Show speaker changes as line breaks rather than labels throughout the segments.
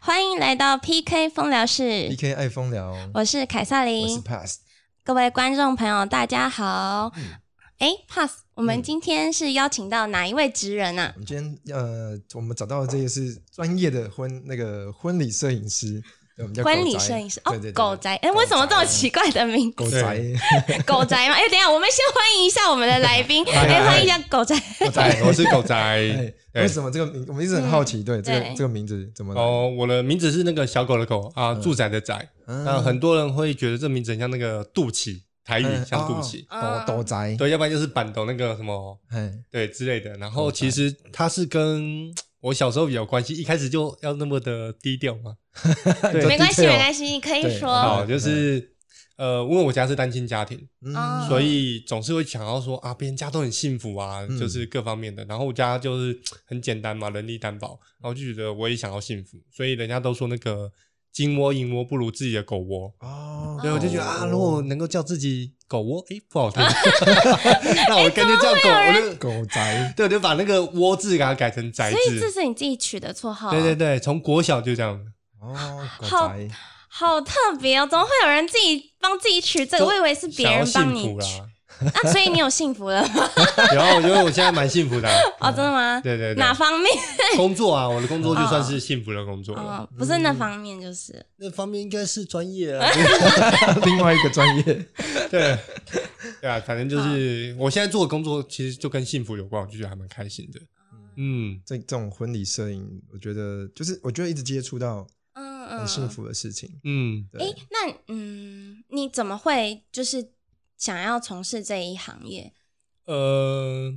欢迎来到 PK 风聊室
E，K 爱风聊，我
我是凯撒
是
琳，
Pass，
各位观众朋友，大家好。哎、p a s s 我们
嗯
今天是邀请到哪一位职人啊？
我们今天呃，我们找到的这个是专业的婚那个婚礼摄影师，对我们叫
婚
狗
礼
宅
摄影师哦
对对，对
狗宅，哎，为什么这么奇怪的名字？
狗宅
狗宅吗？哎，等一下，我们先欢迎一下我们的来宾，哎，欢迎一下狗宅。
狗
哎，
宅，
我是 狗
哎
仔。对
为什么这个名？我们一直很好奇，对
嗯
这
对
个这个名字怎么来？
哦，我的名字是那个小狗的狗啊，住宅的宅。那
嗯，
很多人会觉得这名字很像那个肚脐，台语
嗯
像肚
哦
脐，
嗯
狗狗宅，
对，要不然就是板斗那个什么
哎，
对之类的。然
狗
后
宅
其实它是跟我小时候比较有关系，一开始就要那么的低调嘛。对
没关系，
detail
没关系，你可以
对
说。
好，就是呃，因为我家是单亲家庭，
嗯
哦
所以总是会想要说啊，别人家都很幸福啊，
嗯
就是各方面的。然后我家就是很简单嘛，人力担保，然后就觉得我也想要幸福，所以人家都说那个金窝银窝不如自己的狗窝。
哦，
对，我就觉得
狗
啊，
窝
如果能够叫自己狗窝，诶，不好听，那我干脆叫狗，我就
狗宅，
对，我就把那个窝字给它改成宅
所以这
字。
是你自己取的绰号啊，
对对对，从国小就这样。
哦，狗
好
宅，
好特别哦！怎么会有人自己帮自己取这个？
就
我以为是别
想要
人帮
幸
你
福
取
啦，
那所以你有幸福了吗？
然后我觉得我现在蛮幸福的啊、
哦，真的吗？
对对对，
哪方面？
工作啊，我的工作就算是幸福的工作了。
哦，不是
嗯
那方面，就是
那方面应该是专业啊，
另外一个专业，
对对啊，反正就是我现在做的工作，其实就跟幸福有关，我就觉得还蛮开心的。嗯，
这这种婚礼摄影，我觉得就是我觉得一直接触到
嗯嗯，
很幸福的事情，
嗯，
对
诶，那嗯，你怎么会就是想要从事这一行 业？
呃，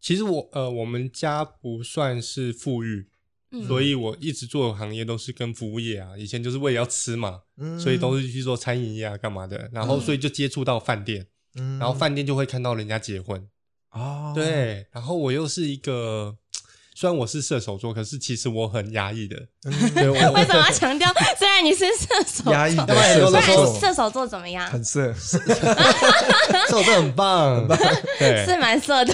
其实我呃，我们家不算是富裕，
嗯，
所以我一直做的行业都是跟服务业啊。以前就是为了要吃嘛，
嗯
所以都是去做餐饮业啊，干嘛的。然后所以就接触到饭店，
嗯
然后饭店就会看到人家结婚，
哦，
对。然后我又是一个，虽然我是射手座，可是其实我很压抑的。
嗯
对，我
为什么要强调？虽然你是射手座，
压抑 的
要不然很多
虽然
射手
都
你射手座怎么样？
很色，
手这很棒， 对
是蛮色的。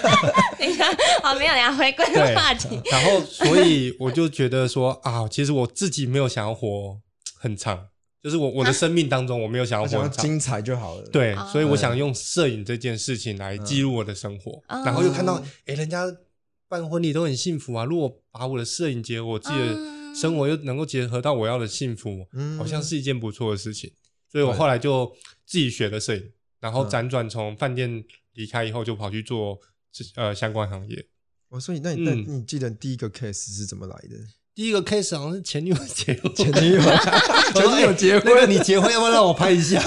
等一下，哦，没有呀，回归
对
话题。
然后，所以我就觉得说啊，其实我自己没有想要活很长，就是我我的生命当中我没有想要
我
活
想要
很长。
精彩就好了。，
对
哦，
所以我想用摄影这件事情来记录我的生活，
嗯
然后又看到
哦
诶，人家办婚礼都很幸福啊。如果把我的摄影结合我自己
嗯
的生活，又能够结合到我要的幸福，
嗯
好像是一件不错的事情。所以我
对
后来就自己学了摄影，然后
嗯
辗转从饭店离开以后，就跑去做呃相关行业。
哦，所以那你那
嗯
你记得第一个 case 是怎么来 的？
第一个 case 好像是前女友结婚，
前女友，前女友结
那个
婚，
你结婚要不要让我拍 一下？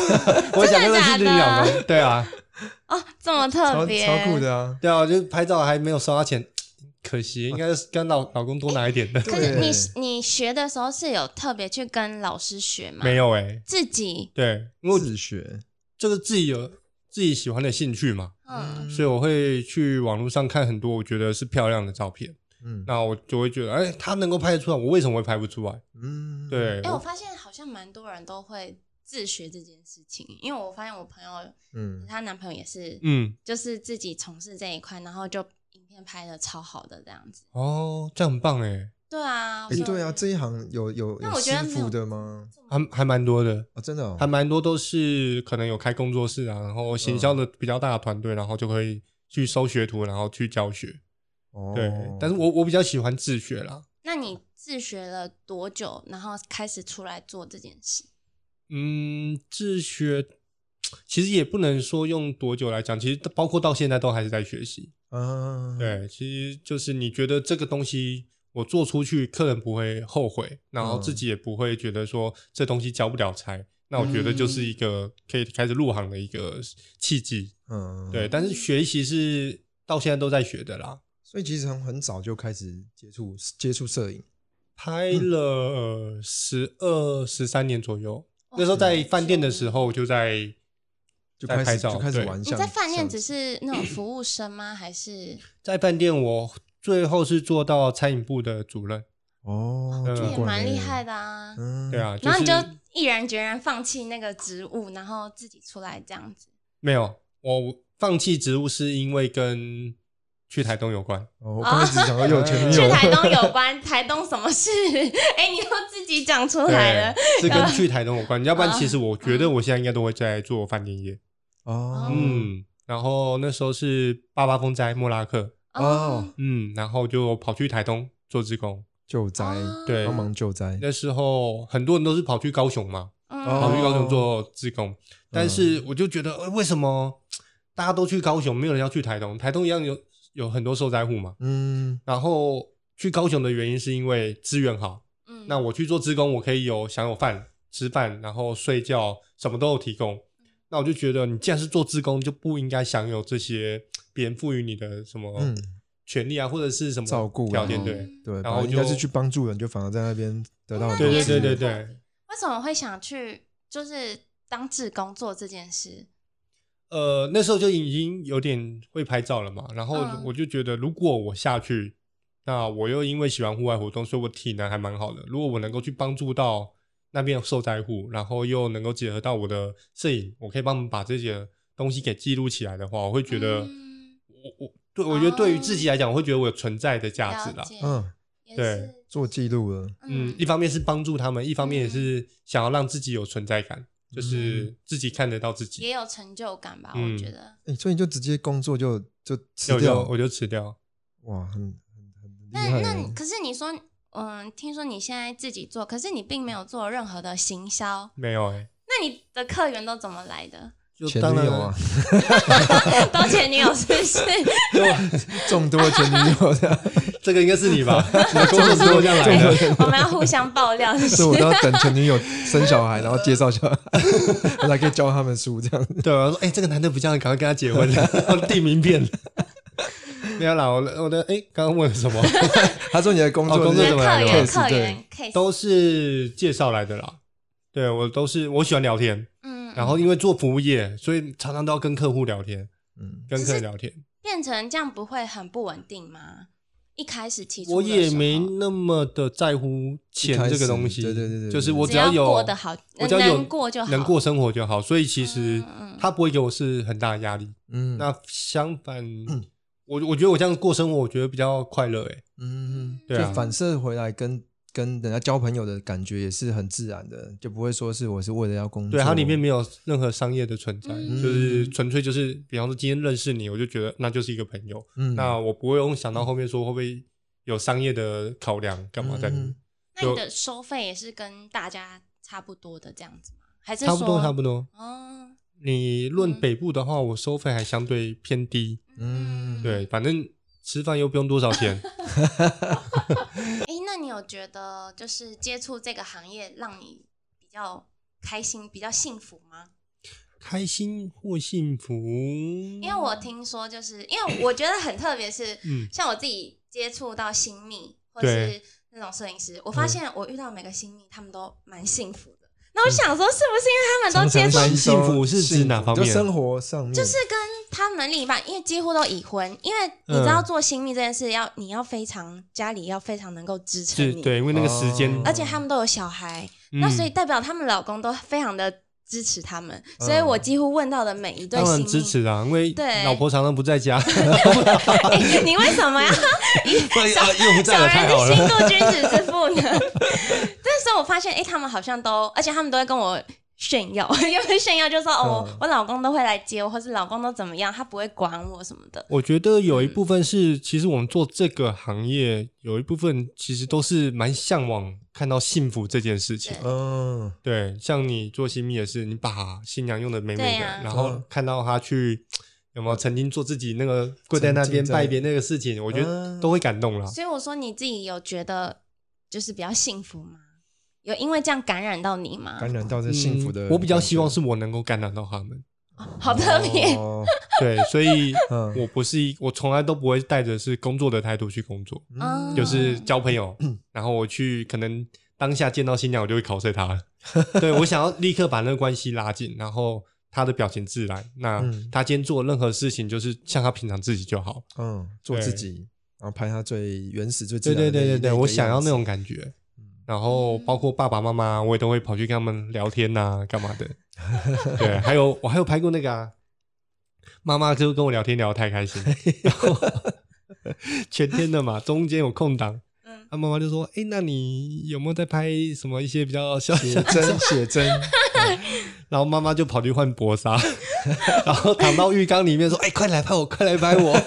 我想跟认识你两
真
个，对啊，
哦，这么特
嗯超
别，
超酷。的啊！
对啊，我就拍照还没有收到钱，可惜，应该是跟老老公多拿一点的。
可是
对
你你学的时候是有特别去跟老师学吗？
没有哎、
自己，
对，因为
自学，
就是自己有自己喜欢的兴趣嘛，
嗯，
所以我会去网络上看很多我觉得是漂亮的照片，
嗯
那我就会觉得，哎、他能够拍得出来，我为什么会拍不出来？
嗯，
对，
哎、我发现好像蛮多人都会自学这件事情，因为我发现我朋友
嗯，
她男朋友也是，
嗯，
就是自己从事这一块，然后就影片拍的超好的这样子。
哦，这样很棒哎、
对啊，
哎，
所以
对啊，这一行有有
那
有
我觉得
师
没有
傅的吗？
还还蛮多的。
啊，真的哦
还，蛮多都是可能有开工作室啊，然后行销的比较大的团队，然后就会去收学徒，然后去教学。
哦
对，但是我我比较喜欢自学啦。
那你自学了多久，然后开始出来做这件事？
嗯，自学其实也不能说用多久来讲，其实包括到现在都还是在学习。
啊，
对，其实就是你觉得这个东西我做出去，客人不会后悔，然后
嗯
自己也不会觉得说这东西交不了差。那我觉得就是一个可以开始入行的一个契机。
嗯，
对，，但是学习是到现在都在学的啦。
所以其实很很早就开始接触接触摄影，
拍
嗯
了十二十三年左右，
哇
那时候在饭店的时候就在
嗯就
在
开
拍
始
照，
就开始
对
玩
你
像
在饭店
像
只是那种服务生吗？还 是
在饭店，我最后是做到餐饮部的主任。
哦，
嗯
主
这也
管
蛮厉
欸
害，的啊？
嗯，
对，啊，
然后你
是
就毅然决然放弃那个职务，然后自己出来这样子。
没有我放弃职务，是因为跟去台东有关。
哦，我刚才只想到有
哦
钱
去
有，
台东 有关台东什么事？ 哎、你都自己讲出来了。嗯
对，是跟去台东有关。要不然，其实我觉得我现在应该都会在做饭店业。
哦，
嗯，然后那时候是八八风灾，莫拉克。
哦，
嗯，然后就跑去台东做志工。
救灾，
哦
对
帮忙救灾，
那时候很多人都是跑去高雄嘛，
嗯，
跑去高雄做志工，但
嗯
是我就觉得，呃为什么大家都去高雄，没有人要去台东？台东一样有有很多受灾户嘛。
嗯，
然后去高雄的原因是因为资源好，
嗯
那我去做职工，我可以有享有饭、吃饭，然后睡觉，什么都有提供。
嗯
那我就觉得，你既然是做职工，就不应该享有这些别人赋予你的什么
嗯
权利啊，或者是什么
照顾啊
条件，哦对
嗯
对，
然后
本来应该
就是
去帮助人，就反而在那边得到很多
对对
资
对
源
对对。
为什么会想去就是当志工做这件事？
呃，那时候就已经有点会拍照了嘛，然后
嗯
我就觉得，如果我下去，那我又因为喜欢户外活动，所以我体能还蛮好的。如果我能够去帮助到那边受灾户，然后又能够结合到我的摄影，我可以帮他们把这些东西给记录起来的话，我会觉得，
嗯哦
我我对我觉得对于自己来讲，我会觉得我有存在的价值
了
啦。
解，
嗯，
也
对
是，
做记录了，
嗯，一方面是帮助他们，一方面也
嗯
是想要让自己有存在感，就是
嗯
自己看得到自己。
嗯也有成就感吧，
嗯
我觉得。
你所以你就直接工作就就
我
辞
就哦
掉
我，就辞掉。
哇，很很很厉
那
害
那你
耶，
可是你说，嗯，听说你现在自己做，可是你并没有做任何的行销，
没有哎、
那你的客源都怎么来的？
就
前
当
女
然
友啊，
都前女友是不是？
众多前女友 的，
这个应该是你 吧？你的工作是这样来的。
我们要互相爆料，是不
所以我
是？
都要等前女友生小孩，然后介绍小孩， 我才可以教他们书这样子。
对，我说，哎、这个男的不像，赶快跟他 结婚，然后递名片。没有啦，我的我的哎，刚、刚问了什么？
他说你的工作
哦工
你
作
的
怎么
客
来的
源、
Case，
客
对
源、case，
都是介绍来的啦。对我都是我喜欢聊天，
嗯，
然后因为做服务业，所以常常都要跟客户聊天，
嗯，
跟客人聊天。
变成这样不会很不稳定吗？一开始提出
我
的
也
时候啊
没那么的在乎钱这个东西，
一开始对对对对
就是我
只
要有
过得好，
我只要有
能过就好，
能过生活就好。所以其实
嗯嗯
他不会给我是很大的压力。
嗯
那相反，我我觉得我这样过生活，我觉得比较快乐诶、欸
嗯，
对啊
就反射回来跟跟人家交朋友的感觉也是很自然的，就不会说是我是为了要工作。
对，它里面没有任何商业的存在，
嗯
就是纯粹就是，比方说今天认识你，我就觉得那就是一个朋友，
嗯
那我不会用想到后面说会不会有商业的考量干嘛在里面，
嗯
那你的收费也是跟大家差不多的这样子吗？还是嗯
差不多差
多？
不多。
哦，
你论北部的话，我收费还相对偏低，
嗯
对，反正吃饭又不用多 少钱。
哎、那你有觉得就是接触这个行业让你比较开心、比较幸福吗？
开心或幸福，因
因为我听说，就是因为我觉得很特别，是
嗯
像我自己接触到新密或
对
是那种摄影师，我发现我遇到每个新密，他们都蛮幸福的。那
嗯
我想说，是不是因为他们
常
都接
常
触
吸收
幸福是指哪方面
就生活上面，
就是跟他们另一半，因为几乎都已婚，因为你知道做新密这件事要，你要非常家里要非常能够支撑
是
你，
对，因为那个时间，
哦
而且他们都有小孩，
嗯
那所以代表他们老公都非常的支持他们，所以我几乎问到的每一对
当
新
然
密，
嗯支 持啊啦，因为
对
老婆常常不 在家，
哎你为什么 要
啊又不在
小
了，太
人
好
之
了
心。度君子之腹呢？ 但是我发现，哎、他们好像都，而且他们都会跟我炫耀， 因为炫耀就说，哦，我
嗯
我老公都会来接我，或是老公都怎么样，他不会管我什么的。
我觉得有一部分
嗯
是，其实我们做这个行业，有一部分其实都是蛮向往看到幸福这件事情。
嗯，
对，像你做新密也是，你把新娘用的美美
对
的，
啊
然后看到她去有没有曾经做自己那个跪在那
沉浸
边
在
拜别那个事情，我觉得
嗯
都会感动啦。
所以我说，你自己有觉得就是比较幸福吗？有因为这样感染到你吗？
感染到这幸福的
嗯
感觉，
我比较希望是我能够感染到他们。
好特别，
哦，
对，所以
嗯
我不是一，我从来都不会带着是工作的态度去工作，
嗯
就是交朋 友，然后我去可能当下见到新娘，我就会考碎她 了。对我想要立刻把那个关系拉近，然后她的表情自然。那
嗯
她今天做任何事情，就是像她平常自己就好。
嗯，做自己，然后拍他最原始、最自
对
然的
对对对
那
对，
个
我想要
样子
那种感觉。然后包括爸爸妈妈，我也都会跑去跟他们聊天呐、干嘛的。 对，还 有我还有拍过那个啊，妈妈就跟我聊天聊得太开心，然后全天的嘛，中间有空档，
嗯，
他妈妈就说：“哎、那你有没有在拍什么一些比较小
写真写真，
然后妈妈就跑去换薄纱， 然后躺到浴缸里面说：“哎、快来拍我，快来拍我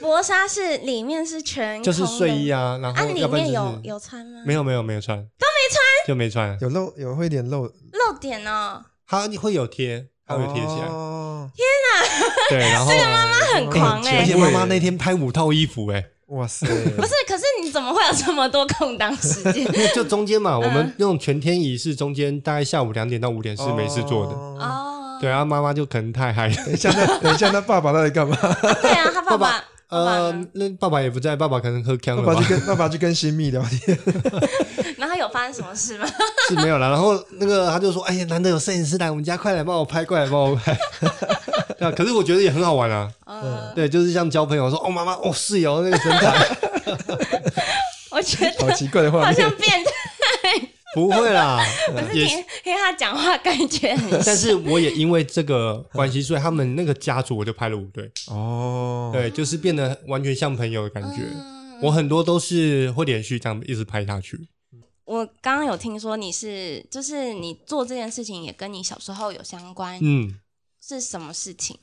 薄纱是里面是全！”
就是睡衣
啊，
啊，然
啊
后
里
要不然
面
就
有
是
有穿吗？
没有没有没有穿，都没穿，就没穿。
有露有会有点露，
露点哦，
它会有贴，它会贴起来。
哦
对，然后这个妈妈
很狂
哎
哎、
而且妈妈那天拍五套衣服、哎，
哇塞，
不是，可是你怎么会有这么多空档时间？
因为就中间嘛，我
嗯
们那种全天仪式中间大概下午两点到五点是没事做的。
的。
哦，
对啊，妈妈就可能太嗨了。
等一下， 那等一下，那爸爸到底干嘛？
对啊，他爸爸，爸爸
呃
呢，
那爸爸也不在，爸爸可能喝呛
爸
了吧
爸？去跟爸爸去跟新密聊天，
然后有发生什么事吗？
是没有啦，然后那个他就说：“哎呀，难得有摄影师来我们家，快来帮我拍，快来帮我拍。” 对啊，可是我觉得也很好玩啊。
嗯，
对，就是像交朋友，说：“哦，妈妈，哦，室友那个身材
我觉得
好奇怪的画
好像
面。
变态，
不会啦。嗯
可是
也
听听他讲话感觉很像
啊但是我也因为这个关系，所以他们那个家族我就拍了五对，
哦，
对，就是变得完全像朋友的感觉。
嗯
我很多都是会连续这样一直拍下去。
我刚刚有听说你是，就是你做这件事情也跟你小时候有相关，
嗯，
是什么事情？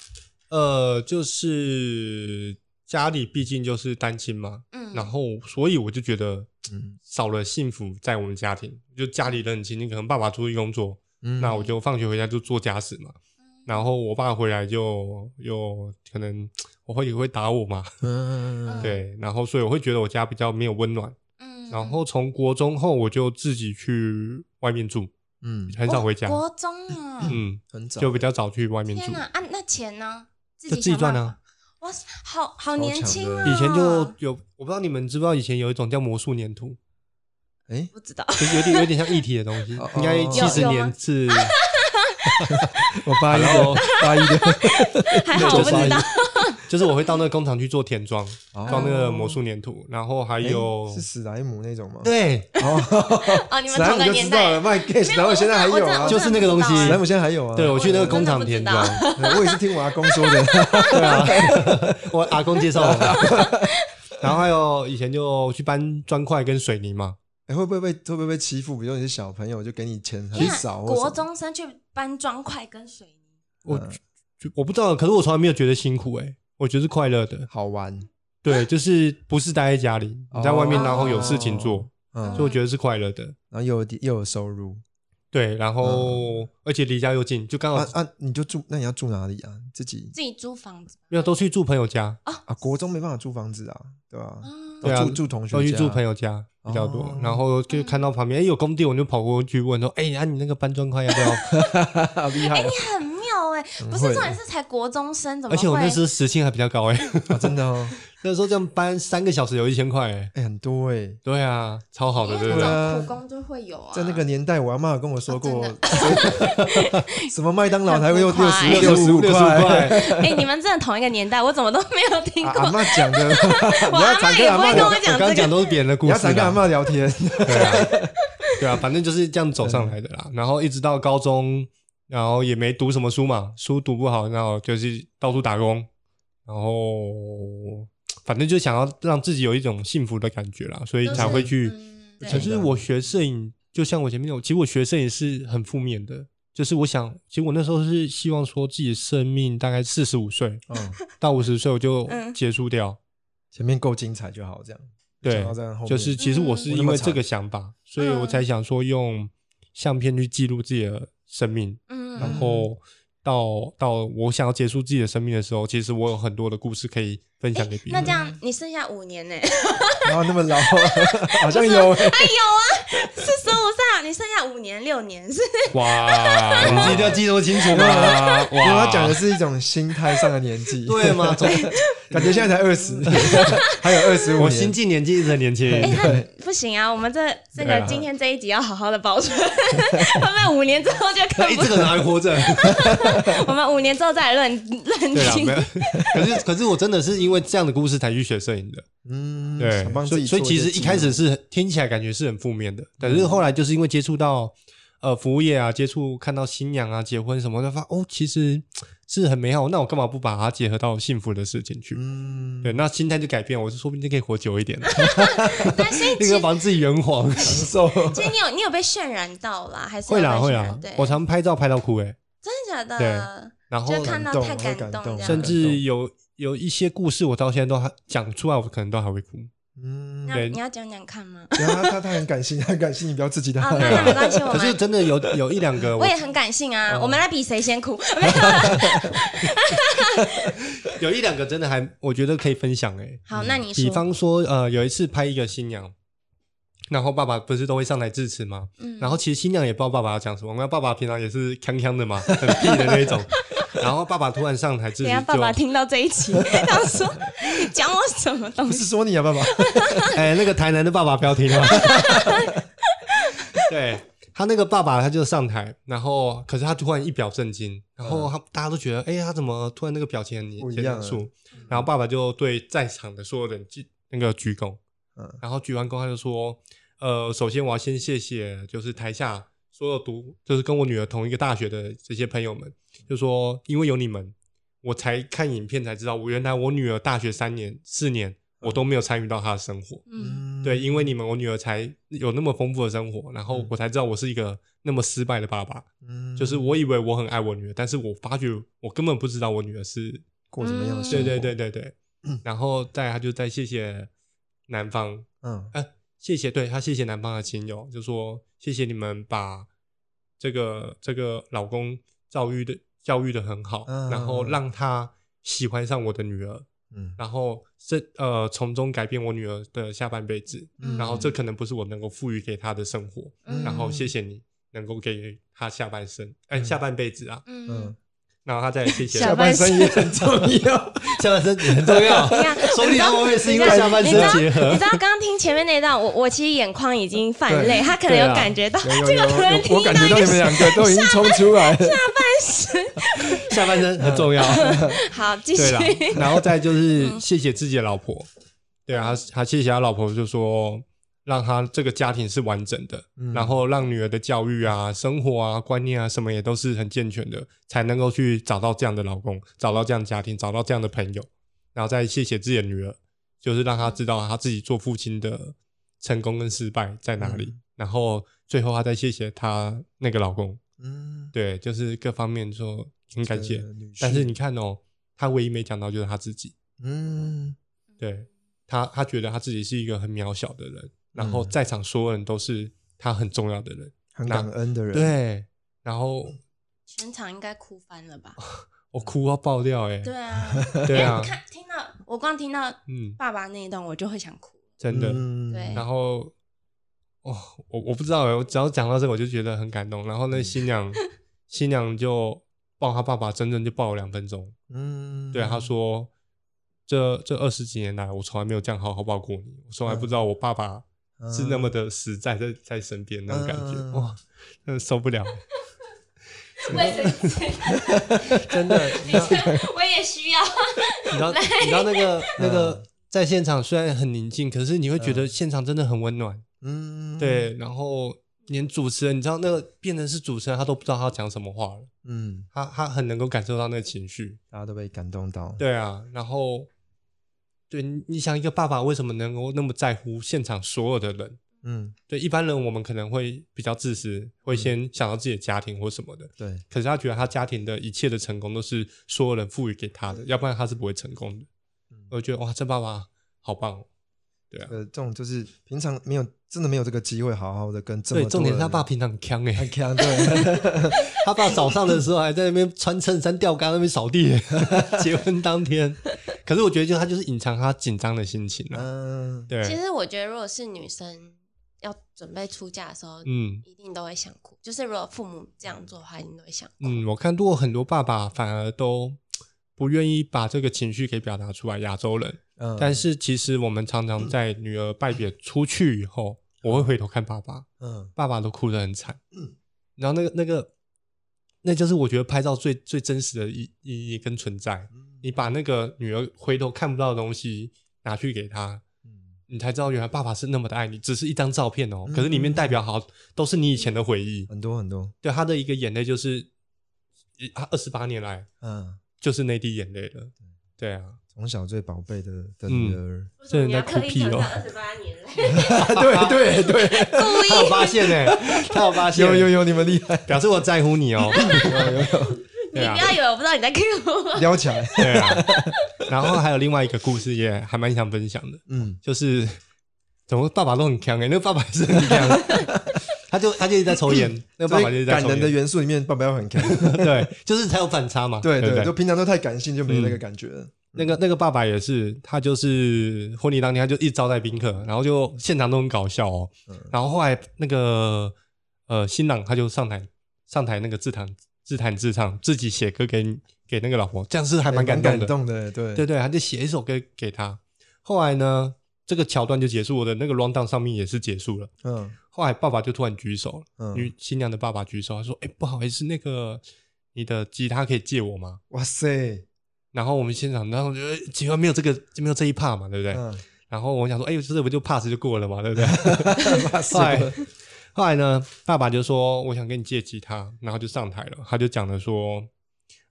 呃，就是家里毕竟就是单亲嘛，
嗯，
然后所以我就觉得
嗯
少了幸福在我们家庭，就家里人很亲近，可能爸爸出去工作，
嗯
那我就放学回家就做家事嘛，
嗯
然后我爸回来就又可能我会也会打我嘛，
嗯
对，然后所以我会觉得我家比较没有温暖，
嗯，
然后从国中后我就自己去外面住，
嗯，
很少回家，
国中啊，
嗯，
很早
就比较早去外面
天
住，
哪啊，那钱呢？自
就自己赚
想办
啊
法。。哇塞，好好年轻啊！
以前就有，我不知道你们知不知道，以前有一种叫魔术粘土，
哎，
不知道，
就是有点有点像一体的东西
哦，
应该
有
七十
有吗
年是
我八一的
Hello
八一 的，
还好我不知道。
就是我会到那个工厂去做填装，装那个魔
魔
术
术，
粘土，然后还
哎
有
是史莱姆那种吗？
对，
哦， 你们
史莱
啊
同
姆
个
就
年
知道
代
了，，卖 gay，史莱姆现在还有啊，
就
就是
那个东西
史莱姆现在还有啊。
对我去那个工
我
厂
真
填
的
装
不，
对我也是听我阿公说的。
我阿公介绍我的。然后还有以前就去搬砖块跟水泥嘛，
哎，会不会被会不会被欺负？比如说你是小朋友，就给你钱很
天哪
少或什啊么，
国中生去搬砖块跟水泥，
我
嗯
就我不知道，可是我从来没有觉得辛苦诶，我觉得是快乐 的。
好玩，
对，就是不是待在家里，你在外面然后有事情做，
嗯，
所以我觉得是快乐的。
然后又有又有收入
对，然后而且离家又近，就刚
嗯啊
好
啊！你就住那你要住哪里啊？自己
自己租房子
没有都去住朋友家，
啊，国中没办法住房子啊，对吧？
啊。
都
对啊
住住同学
都去
家
住朋友家比较多
哦。
然后就看到旁边哎有工地，我就跑过去问说：“哎，啊你那个搬砖块要不要
好厉害
你很妙哎、不
会
是重点是才国中生，？”怎么
嗯而
会？
且我那时候时薪还比较高哎，
啊！真的 哦，
那时候这样搬三个小时有一千块哎。
哎，很多哎，
对啊，超好的，对
因
不
为
对？
那种苦工就会有啊，
在那 个年代，我阿妈有跟我说过
啊，
什么麦当劳才会用
很不快
六十五
65
块，
块，
哎、你们真的同一个年代，我怎么都没有听
啊
过？
阿妈讲的，你要
阿
常
嬷
跟
也
阿
不
妈
会
聊
跟
我
我，
刚
讲
刚
这
讲
个。
都是别人的
你
故
要
事
常跟阿
啦。
妈聊天，
对啊，对啊，反正就是这样走上来的啦。
嗯
然后一直到高中，然后也没读什么书嘛，书读不好，然后就是到处打工，然后反正就想要让自己有一种幸福的感觉啦，所以才会去。
嗯对
可是我学摄影，就像我前面有，其实我学摄影是很负面的。就是我想，其实我那时候是希望说自己生命大概四十五岁
嗯，
到五十岁我就
嗯
结束掉，
前面够精彩就好，这样讲到这样后面
对，就是其实我是
嗯
因为这个想法，所以
嗯
我才想说用相片去记录自己的生命，
嗯，
然后到到我想要结束自己的生命的时候，其实我有很多的故事可以分享给别
那
人
这。样你剩下五年呢、 哎
然后那么老，好像有哎，
四十五岁，你剩下五年六年是？
哇， 你自己都要记得那么清楚吗？
因为
哇，
他讲的是一种心态上的年纪，
对吗？从
感觉现在才二十， 还有二十五
我心
年，
境年纪一直很年轻，
哎、那不行啊，我们这这
对
个
啊
今天这一集要好好的保 存，我们五年之后就看
哎，
不
这，个人还活 着。
我们五年之后再来论论
对啊，
斤
没。有。可是可是我真的是因为这样的故事才去学摄影的。
嗯，
对
想，帮
所
自
以
己
所以
做
其
些
实
记
一
录嗯
开始是很听起来感觉是很负面的，但是后来就是因为接触到呃服务业啊，接触看到新娘啊、结婚什么的，发哦，其实是很美好。那我干嘛不把它结合到幸福的事情去？
嗯，
对，那心态就改变，我是说不定可以活久一点，
那所以其
那
实
个防自己圆谎。
享受。
所以你有你有被渲染到啦，还是
会
有
啦
被
会
渲
啦
染对，，
我常拍照拍到哭诶、
真的假
对
的？
然后
就看到太感
感动会感动
这样
甚
子。
至有有一些故事，我到现在都还讲出来，我可能都还会哭。
嗯，
那
对
你要讲讲看吗？
然后他他他很感性，他很感性，你不要自己 的。
哦，那那没关 系，我
啊可是
们
真的有有一两个，
我
我
也很感性啊。
哦
我们来比谁先 哭，没有啦
有一两个真的还我觉得可以分享诶、
好，那你
比
说，
方说，呃，有一次拍一个新娘，然后爸爸不是都会上来致辞吗？
嗯
然后其实新娘也不知道爸爸要讲什么，那爸爸平常也是锵锵的嘛，很屁的那 一种。然后爸爸突然上台
等
致辞
一下，爸
就，
爸听到这一集， 他说你讲我什么东
不
西？
是说你啊，爸爸。
哎、那个台南的爸爸不要听了。 对他那个爸爸，他就上台，然后可是他突然一表正经，然后他、大家都觉得，哎、他怎么突然那个表情很
不一
很
样啊嗯
严肃？然后爸爸就对在场的所有人鞠那个鞠躬，
嗯
然后鞠完躬他就说，呃，首先我要先谢谢，就是台下所有读就是跟我女儿同一个大学的这些朋友们，就说因为有你们，我才看影片才知道，我原来我女儿大学三年四年我都没有参与到她的生活，
嗯，
对，因为你们我女儿才有那么丰富的生活，然后我才知道我是一个那么失败的爸爸，
嗯
就是我以为我很爱我女儿，但是我发觉我根本不知道我女儿是
过什么样的生
对
活？
对对，对对，然后再来他就再谢谢男方，
嗯
呃，谢谢对他谢谢男方的亲友，就说谢谢你们把这个这个老公教育的教育的很好，
嗯
然后让他喜欢上我的女儿，
嗯
然后这呃从中改变我女儿的下半辈子，
嗯
然后这可能不是我能够赋予给她的生活，
嗯
然后谢谢你能够给她下半生，哎、
嗯
下半辈子啊，
嗯
嗯，，
然后他再来谢谢
下
下半身也很重要。
下半身很重要，
等一 下
说不定他们也是因为
你知道
下半身结
你
合
知。道刚刚听前面那段，我我其实眼眶已经泛泪，
对
他可能
对
有
啊
感觉到，
有有
这
有
个突然
有，
听
我感觉
到
到
一
你
个
们两个都已经冲出来了。
下半身很重 要，
好，继
对
续
啦，然后再
嗯
就是谢谢自己的老婆，对啊，他他谢谢他老婆，就说让他这个家庭是完整的，
嗯
然后让女儿的教育啊、生活啊、观念啊什么也都是很健全的，才能够去找到这样的老公，找到这样的家庭，找到这样的朋友，然后再谢谢自己的女儿，就是让她知道她自己做父亲的成功跟失败在哪里，
嗯
然后最后她再谢谢她那个老公，
嗯，
对，就是各方面说很感谢。
这个女婿
但是你看哦，他唯一没讲到就是他自己，
嗯
对他，他觉得他自己是一个很渺小的人，然后
嗯
在场所有人都是他很重要的人，
很感恩的人，，
对，然后
全场应该哭翻了吧？
我哭要爆掉哎、
对啊，
对
因
啊
为你看听到我光听到
嗯，
爸爸那一段，我就会想哭。
真的，
嗯
对
然后。哦，我我不知道哎，我只要讲到这个，我就觉得很感动。然后那
嗯
新 娘，新娘就抱她爸爸，整整就抱了两分钟。
嗯，
对，他说：“这这二十几年来，我从来没有这样好好抱过你，我从来
嗯
不知道我爸爸是那么的实在在在身边那种感觉，
嗯
哇，真的受 不了，欸
卫生间，
真的。你知道，
我也需要。
你知道，你知道那个那个
嗯
在现场虽然很宁静，可是你会觉得现场真的很温暖，
嗯，
对。然后连主持人，你知道那个变成是主持人，他都不知道他要讲什么话了，
嗯，
他他很能够感受到那个情绪，
大家都被感动到，
对啊，然后。”对，你你想一个爸爸为什么能够那么在乎现场所有的人？
嗯，
对一般人，我们可能会比较自私，会先想到自己的家庭或什么的。
对，
可是他觉得他家庭的一切的成功都是所有人赋予给他
嗯
的，要不然他是不会成功的。我就觉得哇，这爸爸好棒、哦！对啊，
呃，这种就是平常没有，真的没有这个机会好好的跟这么
对，
多
重点是他
人
爸平常很强哎、
很强，对，
他爸早上的时候还在那边穿衬衫吊杆那边扫地，欸 结婚当天。可是我觉得，就他就是隐藏他紧张的心情啊。
嗯，
其
对，
实我觉得，如果是女生要准备出嫁的时候，
嗯
一定都会想哭。就是如果父母这样做的话，一定都会想哭。
嗯，我看过很多爸爸反而都不愿意把这个情绪给表达出来，亚洲人。
嗯，
但是其实我们常常在女儿拜别出去以后，我会回头看爸爸，
嗯
爸爸都哭得很惨。
嗯
然后那个那个，那就是我觉得拍照最最真实的意意义跟存在。你把那个女儿回头看不到的东西拿去给她，
嗯
你才知道原来爸爸是那么的爱你，只是一张照片哦，
嗯
可是里面代表好都是你以前的回忆。
很多很多，
对他的一个眼泪就是，一他二十八年来
嗯，
就是那滴眼泪了。对啊，
从小最宝贝的的女儿，
为什么
真的
你要
在
刻
哭
意
屁
强
哦啊
调二十八年嘞？
对对对，
他有发现呢、他有发现，
有有有，你们厉害，
表示我在乎你 哦。
你
对啊
不要以为我不知道你 在 Q 我。
撩起来，
对啊，然后还有另外一个故事也还蛮想分享的，
嗯，
就是怎么爸爸都很强哎、那个爸爸也是很 强，他就他就一直在抽烟，那个爸
所
爸就一
以
直在
感
抽
人的
烟，
元素里面，爸爸要很看，
对，就是才有反差嘛，
对
对不
对，就平常都太感性，就没那个感觉了，
那个那个爸爸也是，他就是婚礼当天他就一直招待宾客，然后就现场都很搞笑哦。
嗯
然后后来那个呃新郎他就上台上台那个自弹自弹自唱，自己写歌给给那个老婆，这样是还蛮感动的。
哎感动的，对
对对，他就写一首歌给他。后来呢，这个桥段就结束，我的那个 round down 上面也是结束了。
嗯
后来爸爸就突然举手了，
嗯，
女新娘的爸爸举手，他说：“哎、不好意思，那个你的吉他可以借我吗？”
哇塞，
然后我们现场，然后我觉得结婚没有这个没有这一趴嘛，对不对？
嗯，
然后我想说，哎、这不就 pass 就过了嘛，对不对？
哇
后来
塞，
后来呢，爸爸就说我想跟你借吉他，然后就上台了，他就讲了说，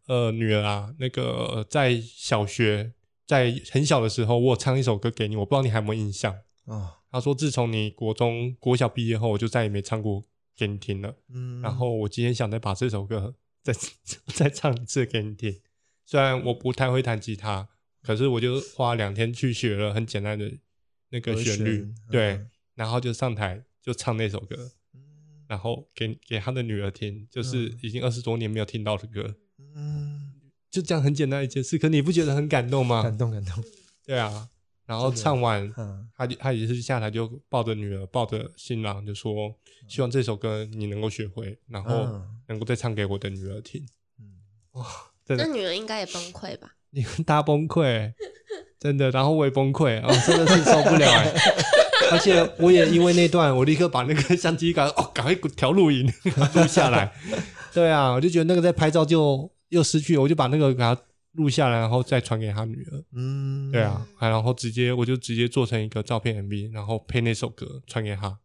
呃，女儿啊，那个呃在小学在很小的时候，我有唱一首歌给你，我不知道你还有没有印象。
哦，
他说，自从你国中国小毕业后，我就再也没唱过给你听了。
嗯，
然后我今天想再把这首歌再再唱 一次给你听。虽然我不太会弹吉他，可是我就花两天去学了很简单的那个
和
旋律，
弦
对，
嗯
然后就上台就唱那首歌，然后给给他的女儿听，就是
嗯
已经二十多年没有听到的歌，
嗯，
就这样很简单一件事，可你不觉得很感动吗
感？动感动，
对啊，然后唱完，
嗯，
他就他也是下台就抱着女儿，抱着新郎，就说希望这首歌你能够学会，然后
嗯
能够再唱给我的女儿听。
嗯
真
那
的，
女人应该也崩溃吧？
你们大崩溃，真的，然后我也崩溃，哦，真的是受不了哎。而且我也因为那段，我立刻把那个相机赶哦，赶快调录影把它录下来。对啊，我就觉得那个在拍照就又失去了，我就把那个给他录下来，然后再传给他女儿。
嗯，
对啊，还然后直接我就直接做成一个照片 MV，然后配那首歌传给
哦
他。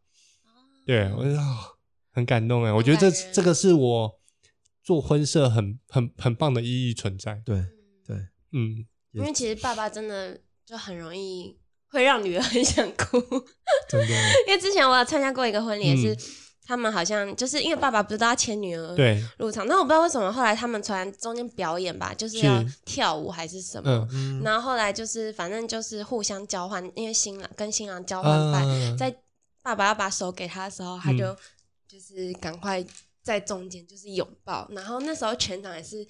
对，我就、啊很感动哎，我觉得这
感人哦
这个是我做婚摄很很很棒的意义存在。
对，
嗯，
也
因为其实爸爸真的就很容易会让女儿很想哭，
真的，
因为之前我有参加过一个婚礼，也是、
嗯
他们好像就是因为爸爸不是都要牵女儿
对，
入场，那我不知道为什么后来他们突然中间表演吧，就是要
是
跳舞还是什么，
嗯，
嗯，
然后后来就是反正就是互相交换，因为新郎跟新郎交换伴，
啊，
在爸爸要把手给他的时候，他
嗯
就就是赶快在中间就是拥抱，然后那时候全场也是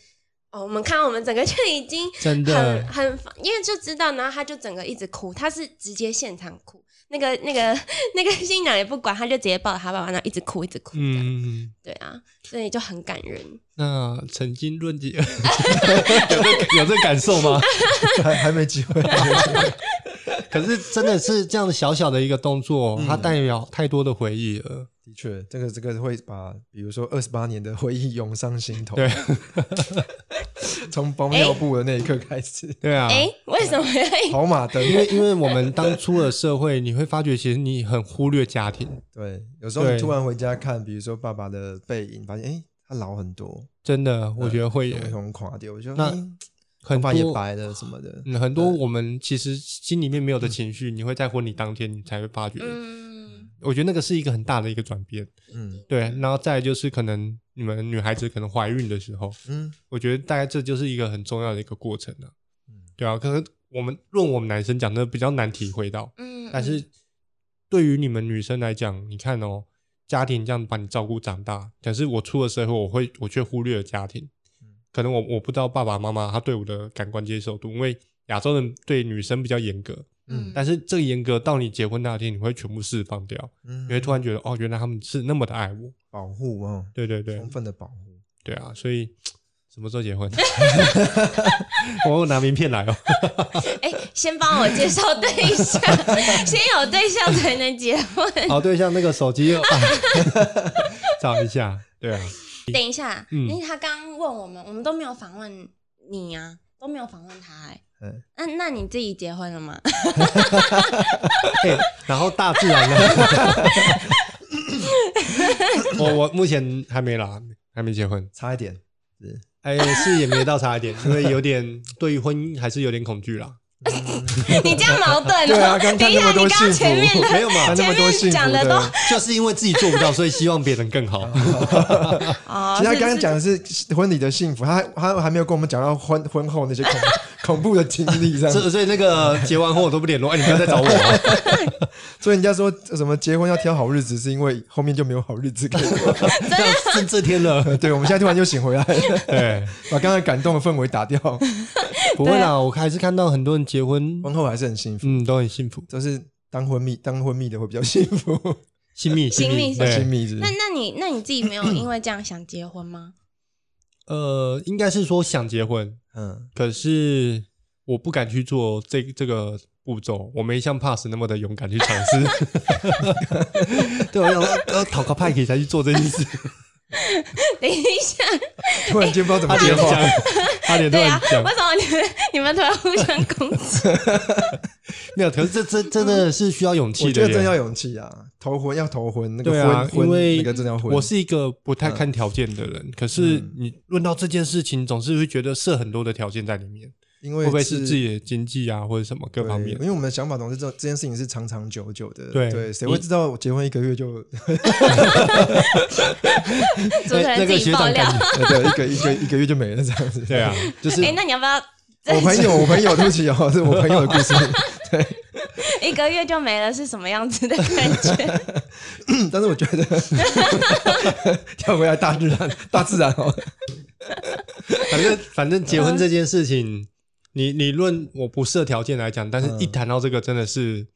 哦，我们看到我们整个 就已经
真
很
的，欸
很，因为就知道，然后他就整个一直哭，他是直接现场哭，那个那个那个新娘也不管，他就直接抱着他爸爸，然后一直哭一直哭，这样、
嗯，
对啊，所以就很感人。
那曾经论 及有这有这感受吗？
还 还没机会，
可是真的是这样的小小的一个动作，
嗯
它代表太多的回忆了。
的确，这个这个会把，比如说二十八年的回忆涌上心头。
对，
从包尿布的那一刻开始，
对啊，
哎、为什么要？
跑马灯。
因为因为我们当出了社会，你会发觉其实你很忽略家庭，
对，有时候
对
你突然回家看，比如说爸爸的背影，发现哎，诶他老很多，
真的，我觉得会耶
瞳孔垮掉，啊我就
那
诶
很
头
多
发也白了什么的。嗯
嗯很多我们其实心里面没有的情绪，你会在婚礼当天你才会发觉。
嗯，
我觉得那个是一个很大的一个转变，
嗯
对。然后再来就是可能你们女孩子可能怀孕的时候，
嗯
我觉得大概这就是一个很重要的一个过程啊
嗯。
对啊，可能我们论我们男生讲，真的比较难体会到。
嗯，
但是对于你们女生来讲，你看哦，家庭这样把你照顾长大，可是我出了社会，我会我却忽略了家庭
嗯。
可能我我不知道爸爸妈妈他对我的感官接受度，因为亚洲人对女生比较严格，
嗯
但是这个严格到你结婚那天，你会全部释放掉，
嗯，
你会突然觉得哦，原来他们是那么的爱我。
保护哦，
对对对，
充分的保护。
对啊，所以什么时候结 婚？我拿名片来哦。
哎、先帮我介绍对象，先有对象才能结婚。
哦，对，像那个手机又 找一下。对啊，
等一下，
嗯
因为他刚刚问我们，我们都没有访问你啊，都没有访问他、欸。
嗯
那那你自己结婚了吗？
嘿哎然后大自然呢？ 我我目前还没啦，还没结婚，
差一点，
哎，是也没到差一点，因为有点对于婚姻还是有点恐惧 啦。
你这样矛盾哦、
对啊刚
等
刚
一
那
下，
么
你
多
刚刚
幸
前面
福
的
没有嘛
他那么多
前面
幸
啊讲
福
的都
的。
就是因为自己做不到，所以希望别人更 好。
哦，
其实他刚
是
刚
是
讲的是婚礼的幸福，他他还没有跟我们讲到婚婚后那些恐恐怖的 经历，这样。
所所以那个结完婚我都不联络，哎，你不要再找我啊。
所以人家说什么结婚要挑好日子，是因为后面就没有好日子可以过。
要剩这天 了，
对，我们现在突然就醒回来 了，
对，啊
把刚才感动的氛围打掉，
不会啦，我还是看到很多人结婚，
婚后还是很幸福，
嗯，都很幸福，
都是当婚蜜当婚蜜的会比较幸福，
亲密，
亲呃密
对
亲密是不
那
是。
那你那你自己没有因为这样想结婚吗？
呃，应该是说想结婚，
嗯，
可是我不敢去做这这个步骤，我没像 Pass 那么的勇敢去尝试。 对，我想说要讨个派克才去做这件事。
等一 下，
突然间不知道怎
他
么接
脸
话，
讲，他脸突
对
然
啊，
讲
为，什么你们你们突然互相攻 击？
没有，可是这这真的是需要勇气
我觉
的耶。
得真要勇气啊！头婚要头婚，那个
对啊
婚，
因
婚
为
那个真的要婚。
我是一个不太看条件的人，可是你论到这件事情，总是会觉得设很多的条件在里面，
因为
会不会是自己的经济啊，或者什么各
对
方面
因？为我们的想法总是这这件事情是长长久久的，
对
谁会
你
知道我结婚一个月就
主持
哎那
人
个
自己
学
爆
长
料
感。觉，
呃对一个一个一个月就没了这样子？
对啊，就是
哎、那你要不要
我朋友，我朋友，对不起哦，是我朋友的故 事。
一个月就没了是什么样子的感觉？
但是我觉得 跳回来大自然，大自然哦，
反 正反正结婚这件事情，你你论我不设条件来讲，但是一谈到这个，真的是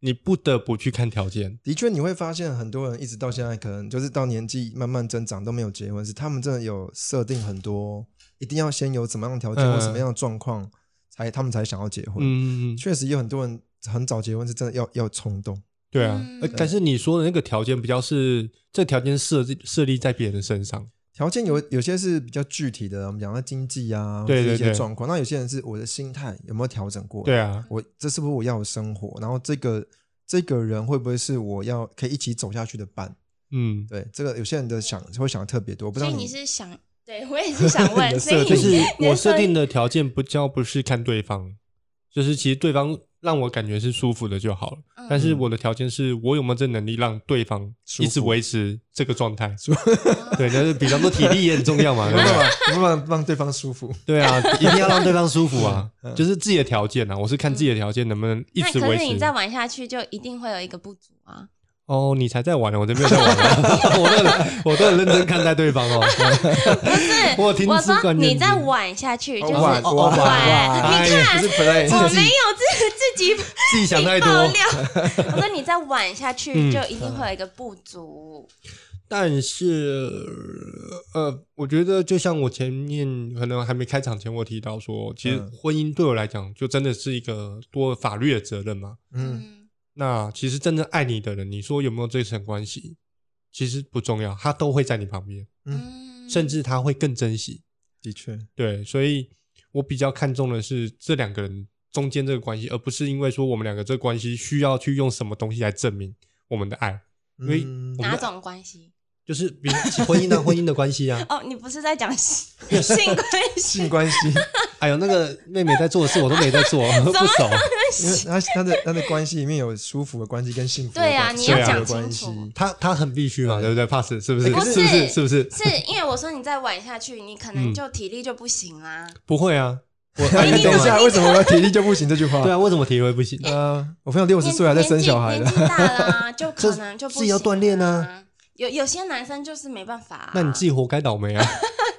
你不得不去看条件。
的确你会发现很多人一直到现在，可能就是到年纪慢慢增长都没有结婚，是他们真的有设定很多，一定要先有怎么样的条件
嗯
或什么样的状况，才他们才想要结婚。
嗯，
确实有很多人很早结婚是真的要要冲动，
对啊
嗯。
呃但是你说的那个条件比较是，这条件设置设立在别人身上。
条件有有些是比较具体的，我们讲到经济啊，
对
或是一
对
些
对
状况。那有些人是我的心态有没有调整过？
对啊，
我这是不是我要的生活？然后这个这个人会不会是我要可以一起走下去的伴？
嗯，
对，这个有些人的想会想得特别多， 不知
所
道
以你是想，对我 也是想
你的
问，所以
设
就
定
是
你
我
的设
设定的条件不叫不是看对方，就是其实对方让我感觉是舒服的就好了。
嗯
但是我的条件是我有没有这能力让对方
舒
一直
服
维持这个状态。对，就是比方说体力也很重 要嘛，
有
对
没
不
有
对？
啊
办法，有没有办法让对方舒服？嗯
对啊，一定要让对方舒服啊，就是自己的条件啊，我是看自己的条件能不能一
嗯那
直
可
维
是你
持
再。玩下去，就一定会有一个不足啊。
哦，你才在玩呢，我这边有在玩啊， 我都很我都很认真看待对方哦。
是，
我有听
我
出
说
关键
你
字
再晚下去，就是
晚
我
晚
晚
晚，
你
哎不是
没
play，
有
是
自自己
自己想太多。
爆料。我说你再晚下去，
嗯
就一定会有一个不足。
但是，呃，我觉得就像我前面可能还没开场前，我提到说，其实
嗯
婚姻对我来讲，就真的是一个多法律的责任嘛。
嗯，
嗯，
那其实真正爱你的人，你说有没有这层关系，其实不重要，他都会在你旁边，
嗯
甚至他会更珍惜。
的确，
对，所以我比较看重的是这两个人中间这个关系，而不是因为说我们两个这个关系需要去用什么东西来证明我们的爱，因为
嗯
哪种关系？
就是比如婚姻啊，婚姻的关系啊。
哦，你不是在讲性性关
性
系？
关 系，
哎呦，那个妹妹在做的事我都没在做，不熟。
因为他他的他的关系里面有舒服的关系跟幸福的
对啊
关
你
系
要
幸福的
讲清楚
关系，
她她很必须嘛，对不对？pass 是不是？
嗯哎可
是
是不是？是不是？
是因为我说你再晚下去，你可
嗯
能就体力就不行啦。
不会啊，我
哎你 等一下，为什么我体力就不行这 句话？
对啊，为什么体会不行？
呃，我朋友六十
年
岁还在生小孩
年
的
纪，年纪大啦，就可能就不
自己要锻炼
啊
啊。
有有些男生就是没办法啊、
那你自己活该倒霉啊！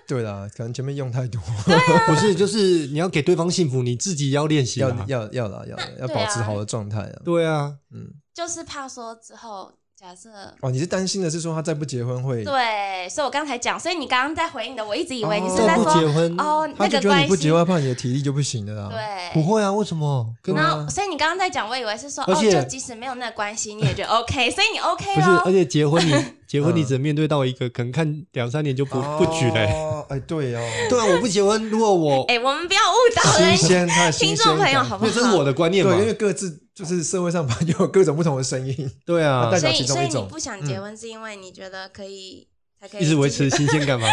对啦，可能前面用 太多，
不是，就是你要给对方幸福，你自己要练习
要
啊。
要要啦要啦要
对
保持
啊
好的状态啊，
对啊，
嗯，
就是怕说之后。假设
哦，你是担心的是说他再不结婚会，
对，所以我刚才讲，所以你刚刚在回应的，我一直以为你是
哦
在
再不
说
结婚，
哦，
他
那
就
个
觉得
关
你不
系
结婚，怕你的体力就不行了啊。
对，
不会啊？为什么？跟
然
啊
后，所以你刚刚在讲，我以为是说，
而
哦，
且
就即使没有那关系，你也觉得 OK，所以你 OK
不是，而
咯。
且结婚你结婚你
嗯
只能面对到一个，可能看两三年就不不举 嘞。
哦，哎，对哦，
对啊，我不结婚，如果我
哎，我们不要误导
新
人，
鲜，他的
听
新鲜
众朋友
感
好不
那
好？
这是我的观念嘛
对，？因为各自就是社会上吧，有各种不同的声音，
对啊
代，
所
表
以
其中
所以
一种
你不想结婚，是因为你觉得可以才可以
嗯一直维
继续
持哦新鲜感嘛。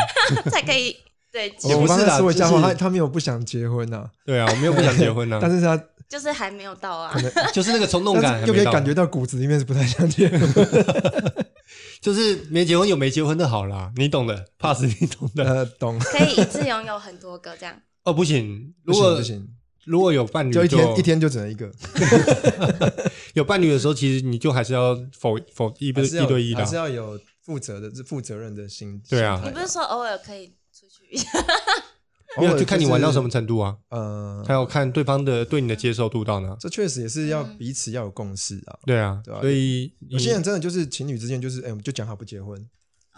才可以 对，
也
哦
不
我
是
帮
啦
他说一下话，
就
他
是
他没有不想结婚呐，
对啊，我没有不想结婚啊
但，是他
就是还没有到啊。
就是那个冲动感
但
还
是又可
没
以
到，
感觉到骨子里面是不太想结婚。
就是没结婚有没结婚的好啦，你懂的，pass 你懂的。
呃，懂。
可以一次拥有很多个这 样。
哦，不行，
不
如
行
果
不行，
如果有伴侣，
就一天一天就只能一个，
有伴侣的时候，其实你就还是要否否一
还
对
是要
一对一
还是
的。啊
要有负责的、是负责任的心。
对啊
心态
你不是说偶尔可以出去一下？
偶
没
尔
有，就看你玩到
是
什么程度啊，
呃
还，有看对方的对你的接受度到哪。
这确实也是要
嗯
彼此要有共识啊。
对啊，
对啊
所以
有些人真的就是情侣之间就是，哎，我们就讲好不结婚。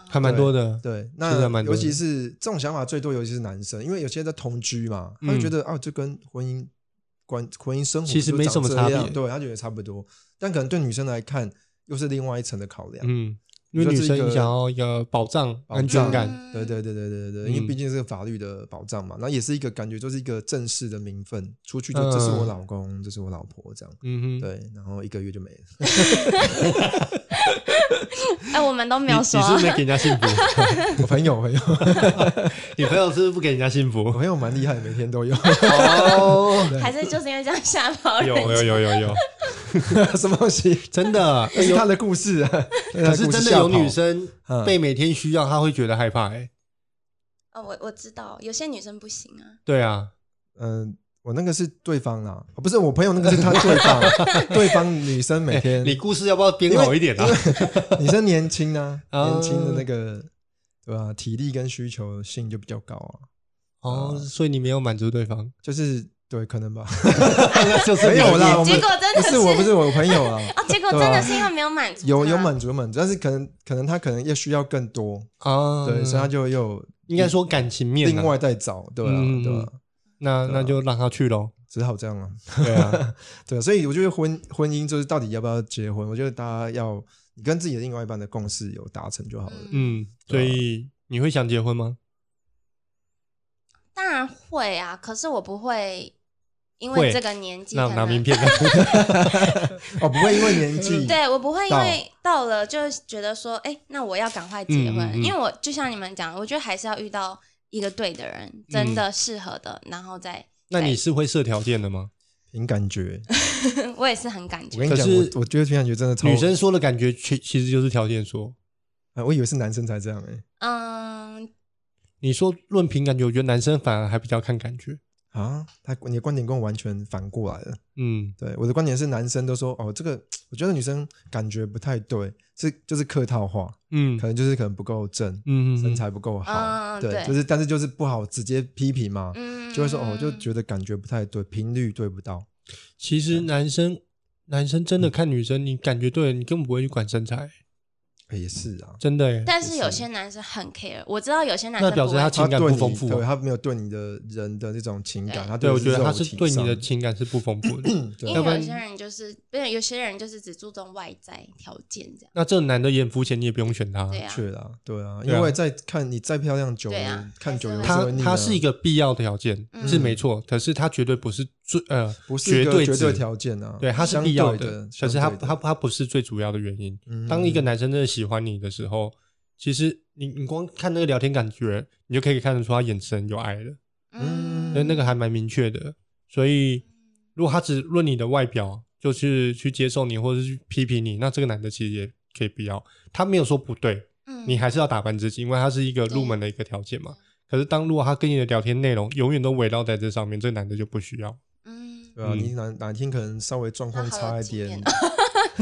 还蛮多的。
对，
现在
那
蛮多
尤其
的
是这种想法最多，尤其是男生，因为有些在同居嘛，他就觉得啊，就跟婚姻关婚姻生活
嗯其实
就
没
长
什么
这
差
样
别
对他觉得差不多。但可能对女生来看，又是另外一层的考量。
嗯，因为
你
女
说这
生
一个
想要一个保障、
保
安全
障
感，
嗯
对对对对对对，因
嗯
为毕竟是个法律的保障嘛，然后也是一个感觉，就是一个正式的名分，出去就这是我
嗯
老公，这是我老婆这样。
嗯哼，
对，然后一个月就没了。
哎，我们都没
你，
有
你是
说。
不是没给人家幸福，
我朋友朋友
你朋友是不是不给人家幸
我
福？
朋友蛮厉害，每天 都有
哦，
还是就是因为这样吓跑人
有有有有有，
什么东西，
真的，
这 是他的故事啊。 他
可是
故事
真的
吓
有
跑
女生
嗯
被每天需要，她会觉得害怕。哎，
哦，我我知道，有些女生不行啊。
对啊，
嗯，我那个是对方啦，啊不是我朋友那个是他对方，对方女生每天
欸 你故事要不要编好一点啊？
女生年轻啊，
啊
年轻的那个对吧、体力跟需求性就比较高啊，
哦，所以你没有满足 对方，
就是对，可能吧，
那就是
没有啦，我
结
们
果真
不
的
是我不是我朋友啊，
啊，结果真的是因为没有满足。
有有。满足有满足，但是可能可能他可能也需要更多，
啊，
对，所以他就又
应该说感情面啊，
另外再找，对啊
嗯嗯嗯
对啊，
那
对啊
那就让他去喽。
只好这样了、啊。
对啊，
对，所以我觉得婚婚姻就是到底要不要结婚，我觉得大家要你跟自己的另外一半的共识有达成就好了。
嗯，
嗯，所以你会想结婚吗？
当然会啊，可是我不会，因
会
为这个年纪
那
可
拿名
能。
片，啊
哦，不会因为年 纪，
对，我不会因为到了就觉得说，哎、那我要赶快结
嗯嗯
婚，
嗯
因为我就像你们讲，我觉得还是要遇到一个对的人，真的适合的，然后再。
嗯那你是会设条件的吗？
凭感觉。
我也是很感
我
觉，
跟你
可
讲，
是
我我觉得凭感觉真的超
女生说的感觉，其其实就是条件说。
啊，我以为是男生才这样哎、
嗯，
你说论凭感觉，我觉得男生反而还比较看感觉。
啊，他你的观点跟我完全反过来了。
嗯，
对，我的观点是男生都说哦，这个我觉得女生感觉不太对，是就是客套话，
嗯
可能就是可能不够正，
嗯
身材不够好，
嗯
对，
对
就是但是就是不好直接批评嘛，
嗯，
就会说哦，就觉得感觉不太对，频率对不到。
其实男生男生真的看女生，你感觉对了，你根本不会去管身材，
哎也是啊，
真的耶。
但是有些男生很 care，我知道有些男
那
生
表
不
示他
会
情感
对
不
你
丰富
对
啊
他没有对你的人的那种情感，
对
他
对，我觉得
肉
他是
体
对你的
上
情感是不丰富 的。
对
因
要不
为
然
有些人就是，不是有些人就是只注重外在条件这样，
那这男的也很肤浅，你也不用选他。
对啊，
确啦，对啊，
对啊
因为在看你再漂亮久
对
了
啊，
看久
还
了
是
还
他
会腻的
他是一个必要条件
嗯
是没错，可是他绝对不是最呃
不是
绝
一个
对
绝
值
对条件啊，
对，他是
相
必要
对
的
的，，
可是他
相对的
他他不是最主要的原因。
嗯
当一个男生真的喜欢你的时候，其实你你光看那个聊天感觉，你就可以看得出他眼神有爱了，
嗯
那、那个还蛮明确的。所以如果他只论你的外表，就是去接受你或者是去批评你，那这个男的其实也可以不要。他没有说不对，
嗯
你还是要打扮自己，因为他是一个入门的一个条件嘛。可是当如果他跟你的聊天内容永远都围绕在这上面，这个男的就不需要。
嗯，
对啊，
嗯
你哪哪天可能稍微状况
他好
差
有
一
经
点
验，，啊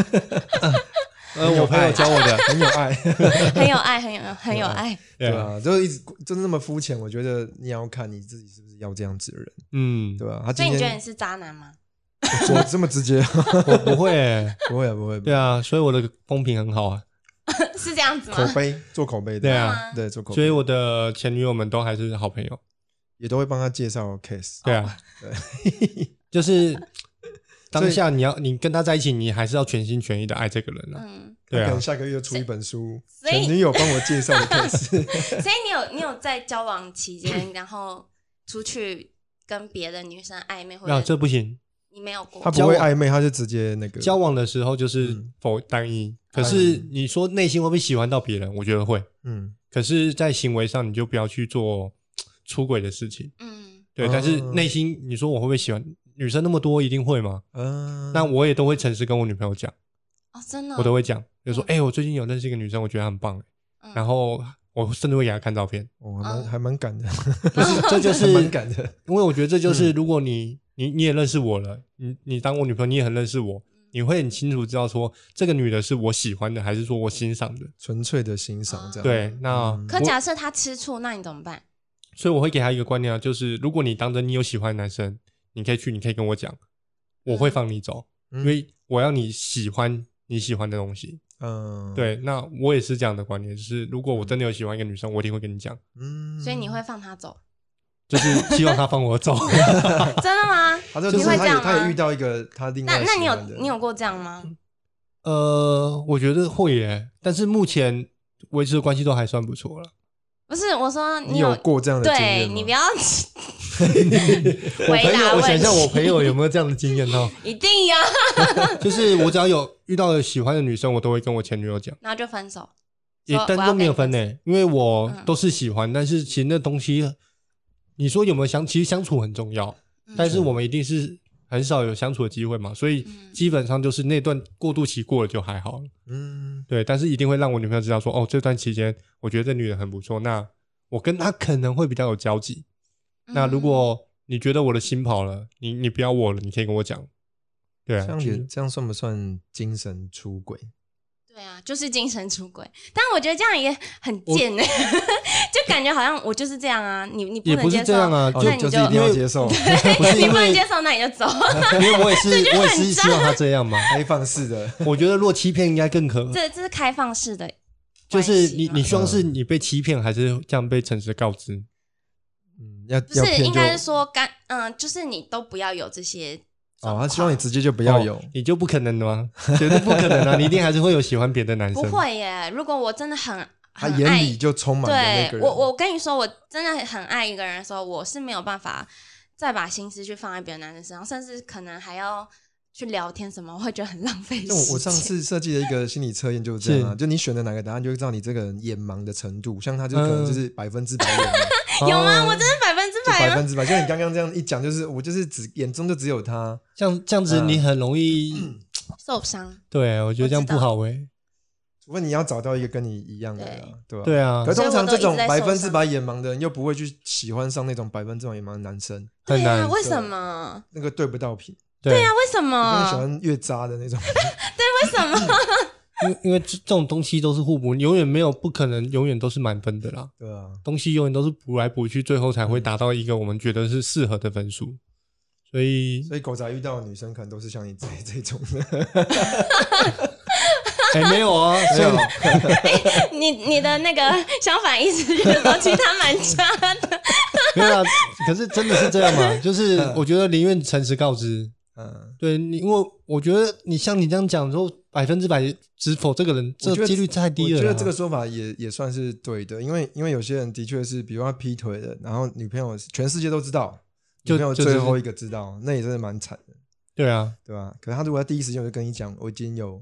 呃，我朋友教我的，
很有爱，
很有爱，很有很有爱，
对
对
啊，
啊，就是一直就是那么肤浅，我觉得你要看你自己是不是要这样子的人，
嗯，
对吧？他
所以
今
你觉得你
天
是渣男吗？
我这么直接，
我不会、欸，
不会啊不会，
对啊，所以我的风评很好啊，
是这样子吗？
口碑做口碑的，
对啊
吗
对做口碑，
所以我的前女友们都还是好朋友，
也都会帮他介绍 case。
对啊，就是当下你要你跟他在一起，你还是要全心全意的爱这个人啊，
嗯，
对
他可
啊
能，下个月就出一本书，
所以
前女友帮我 介绍的 case，
所以你有你有在交往期间，然后出去跟别的女生暧昧，或
那、这
者
不行。
你没有过
他？不会暧昧，他就直接那个
交往的时候就是
嗯
否单一，可
单
是
一
你说内心会不会喜欢到别人？我觉得会，
嗯，
可是，在行为上你就不要去做出轨的事情。
嗯，
对，
哦
但是内心你说我会不会喜欢女生那么多，一定会嘛？
嗯，
呃那我也都会诚实跟我女朋友讲，
哦，真的哦，
我都会讲，就说
嗯
哎、我最近有认识一个女生，我觉得她很棒、啊
嗯
然后我甚至会给她看照片，
我哦还蛮
嗯
还蛮敢的，
不是，这就
还
是
蛮敢的，
因为我觉得这
嗯
就是，如果你、你你也认识我了，你你当我女朋友，你也很认识我，
嗯
你会很清楚知道说这个女的是我喜欢的，还是说我欣赏的。
纯粹的欣赏这样。
对，那
嗯
可
我
假设他吃醋，那你怎么办？
所以我会给他一个观念啊，就是如果你当真你有喜欢的男生，你可以去，你可以跟我讲，我会放你走，
嗯
因为我要你喜欢你喜欢的东西。
嗯，
对，那我也是这样的观念，就是如果我真的有喜欢一个女生，我一定会跟你讲，
嗯，
所以你会放他走？
就是希望她放 我走。
真的吗？
他就
你
是
会
他
这样
也
吗
他也遇到一个他另外
那那你有
喜欢的
你有过这样吗？
呃，我觉得会耶，但是目前维持的关系都还算不错了。
不是，嗯我说
你
有
有过这样的经
对
验吗
你不要
我
回
朋
答
友，我想
问
一下，我朋
题，
友有没有这样的经验哦？
一定要，
就是我只要有遇到有喜欢的女生，我都会跟我前女友讲。
然后就分手。
也
说
但
我要
都没有
跟
分
你
呢、因为我
嗯
都是喜欢，但是其实那东西，你说有没有相，其实相处很重要，
嗯
但是我们一定是很少有相处的机会嘛，所以
嗯
基本上就是那段过渡期过了就还好了，
嗯
对，但是一定会让我女朋友知道说，哦，这段期间我觉得这女人很不错，那我跟她可能会比较有交集，
嗯
那如果你觉得我的心跑了，你你不要我了，你可以跟我讲，对啊
这，样也这样算不算精神出轨？
对啊，就是精神出轨，但我觉得这样也很贱呢， 就感觉好像我就是这样啊，你你不
也
能
不
接
是这
受，
样啊，
哦
那
就
你
就是一 定要
就
接受
哦不是
你
因
不能
为
接受，那你就走。
因为我也是我也是希望她这样嘛，
开放式的，
我觉得若欺骗应该更可，
这这是开放式的
就
关系吗，
是你你希望是你被欺骗，还是这样被诚实告知？
嗯，要
不
要
是
骗
应该
就是
说干嗯，就是你都不要有这些
哦，他希望你直接就不要有
啊
哦，你就不可能 的吗？绝对不可能啊！你一定还是会有喜欢别的男
不
生。
会耶，如果我真的很
他
很
眼
爱
里就充满了那个
哎对
人。
我，我跟你说，我真的很爱一个人的时候，我是没有办法再把心思去放在别的男生身上，甚至可能还要去聊天什么，我会觉得很浪费时
像
间。
我我上次设计的一个心理测验就是这样啊，
是
就你选的哪个答案，就会知道你这个人眼盲的程度。像他就可能就是
嗯
百分之百眼 盲，
有
哦
吗？我真
这
的 百分之
就
百
百
吗？
分之百。像你刚刚这样一讲，就是我就是只眼中就只有他。
这样这样
嗯
子，你很容易
受伤，
对啊我觉得这样不好哎。
除非你要找到一个跟你一样的啦，对吧？
对啊
可，是通常这种
所以我都一直在
百
受
分
伤
之百眼盲的人，又不会去喜欢上那种百分之百眼盲的男生，
很
对啊，
难。
为什么？
那个对不到频。
对
那，为什
我更喜
么？
欢越渣的那种。
为什么？
因为因为这这种东西都是互补，永远没有不可能，永远都是满分的啦。
对啊，
东西永远都是补来补去，最后才会达到一个我们觉得是适合的分数。所以，
所以狗仔遇到的女生可能都是像你这这种的。
哎，没有啊，没有。
你你的那个相反意思就是说，其实他蛮渣的。
没有啦，可是真的是这样 嘛？就是我觉得宁愿诚实告知，
嗯，
对你，因为我觉得你像你这样讲说百分之百知否这个人，
我
这
觉得
几率太低了
我
啦。
觉得这个说法也也算是对的，因为因为有些人的确是，比如他劈腿了，然后女朋友全世界都知道，
就
女朋友
就只
最
是
后一个知道，那也真的蛮惨的，
对啊，
对吧？可是他如果在第一时间我就跟你讲，我已经有，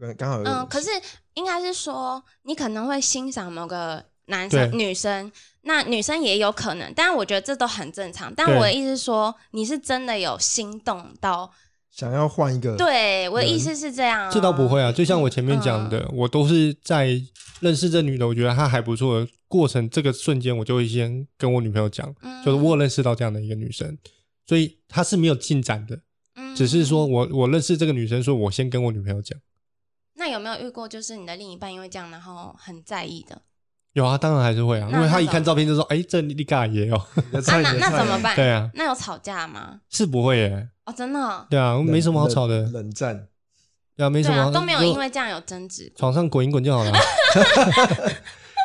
呃刚好有
嗯，可是应该是说，你可能会欣赏某个男生、
对
女生，那女生也有可能，但我觉得这都很正常。但
对
我的意思是说，你是真的有心动到，
想要换一个，，
对我的意思是这样、啊。
这倒不
嗯
会啊。就像我前面讲的，我都是在认识这女的，我觉得她还不错的过程，这个瞬间我就会先跟我女朋友讲，
嗯，
就是我有认识到这样的一个女生，所以她是没有进展的，
嗯
只是说我我认识这个女生，所以我先跟我女朋友讲。
那有没有遇过，就是你的另一半因为这样，然后很在意的？
有啊，当然还是会啊，
那
因为她一
那
看照片
嗯
就说：“哎，这你你干也有。
你的
啊，
菜，
那
你的
那
菜
怎么？”办？
对啊，
那有吵架吗？
是不会耶。
哦，真的哦、
对啊，没什么好吵
冷
的，
冷战，
对啊，没什
对
么
啊，
好
都没有
就
因为这样有争执过。
床上滚一滚就 好了。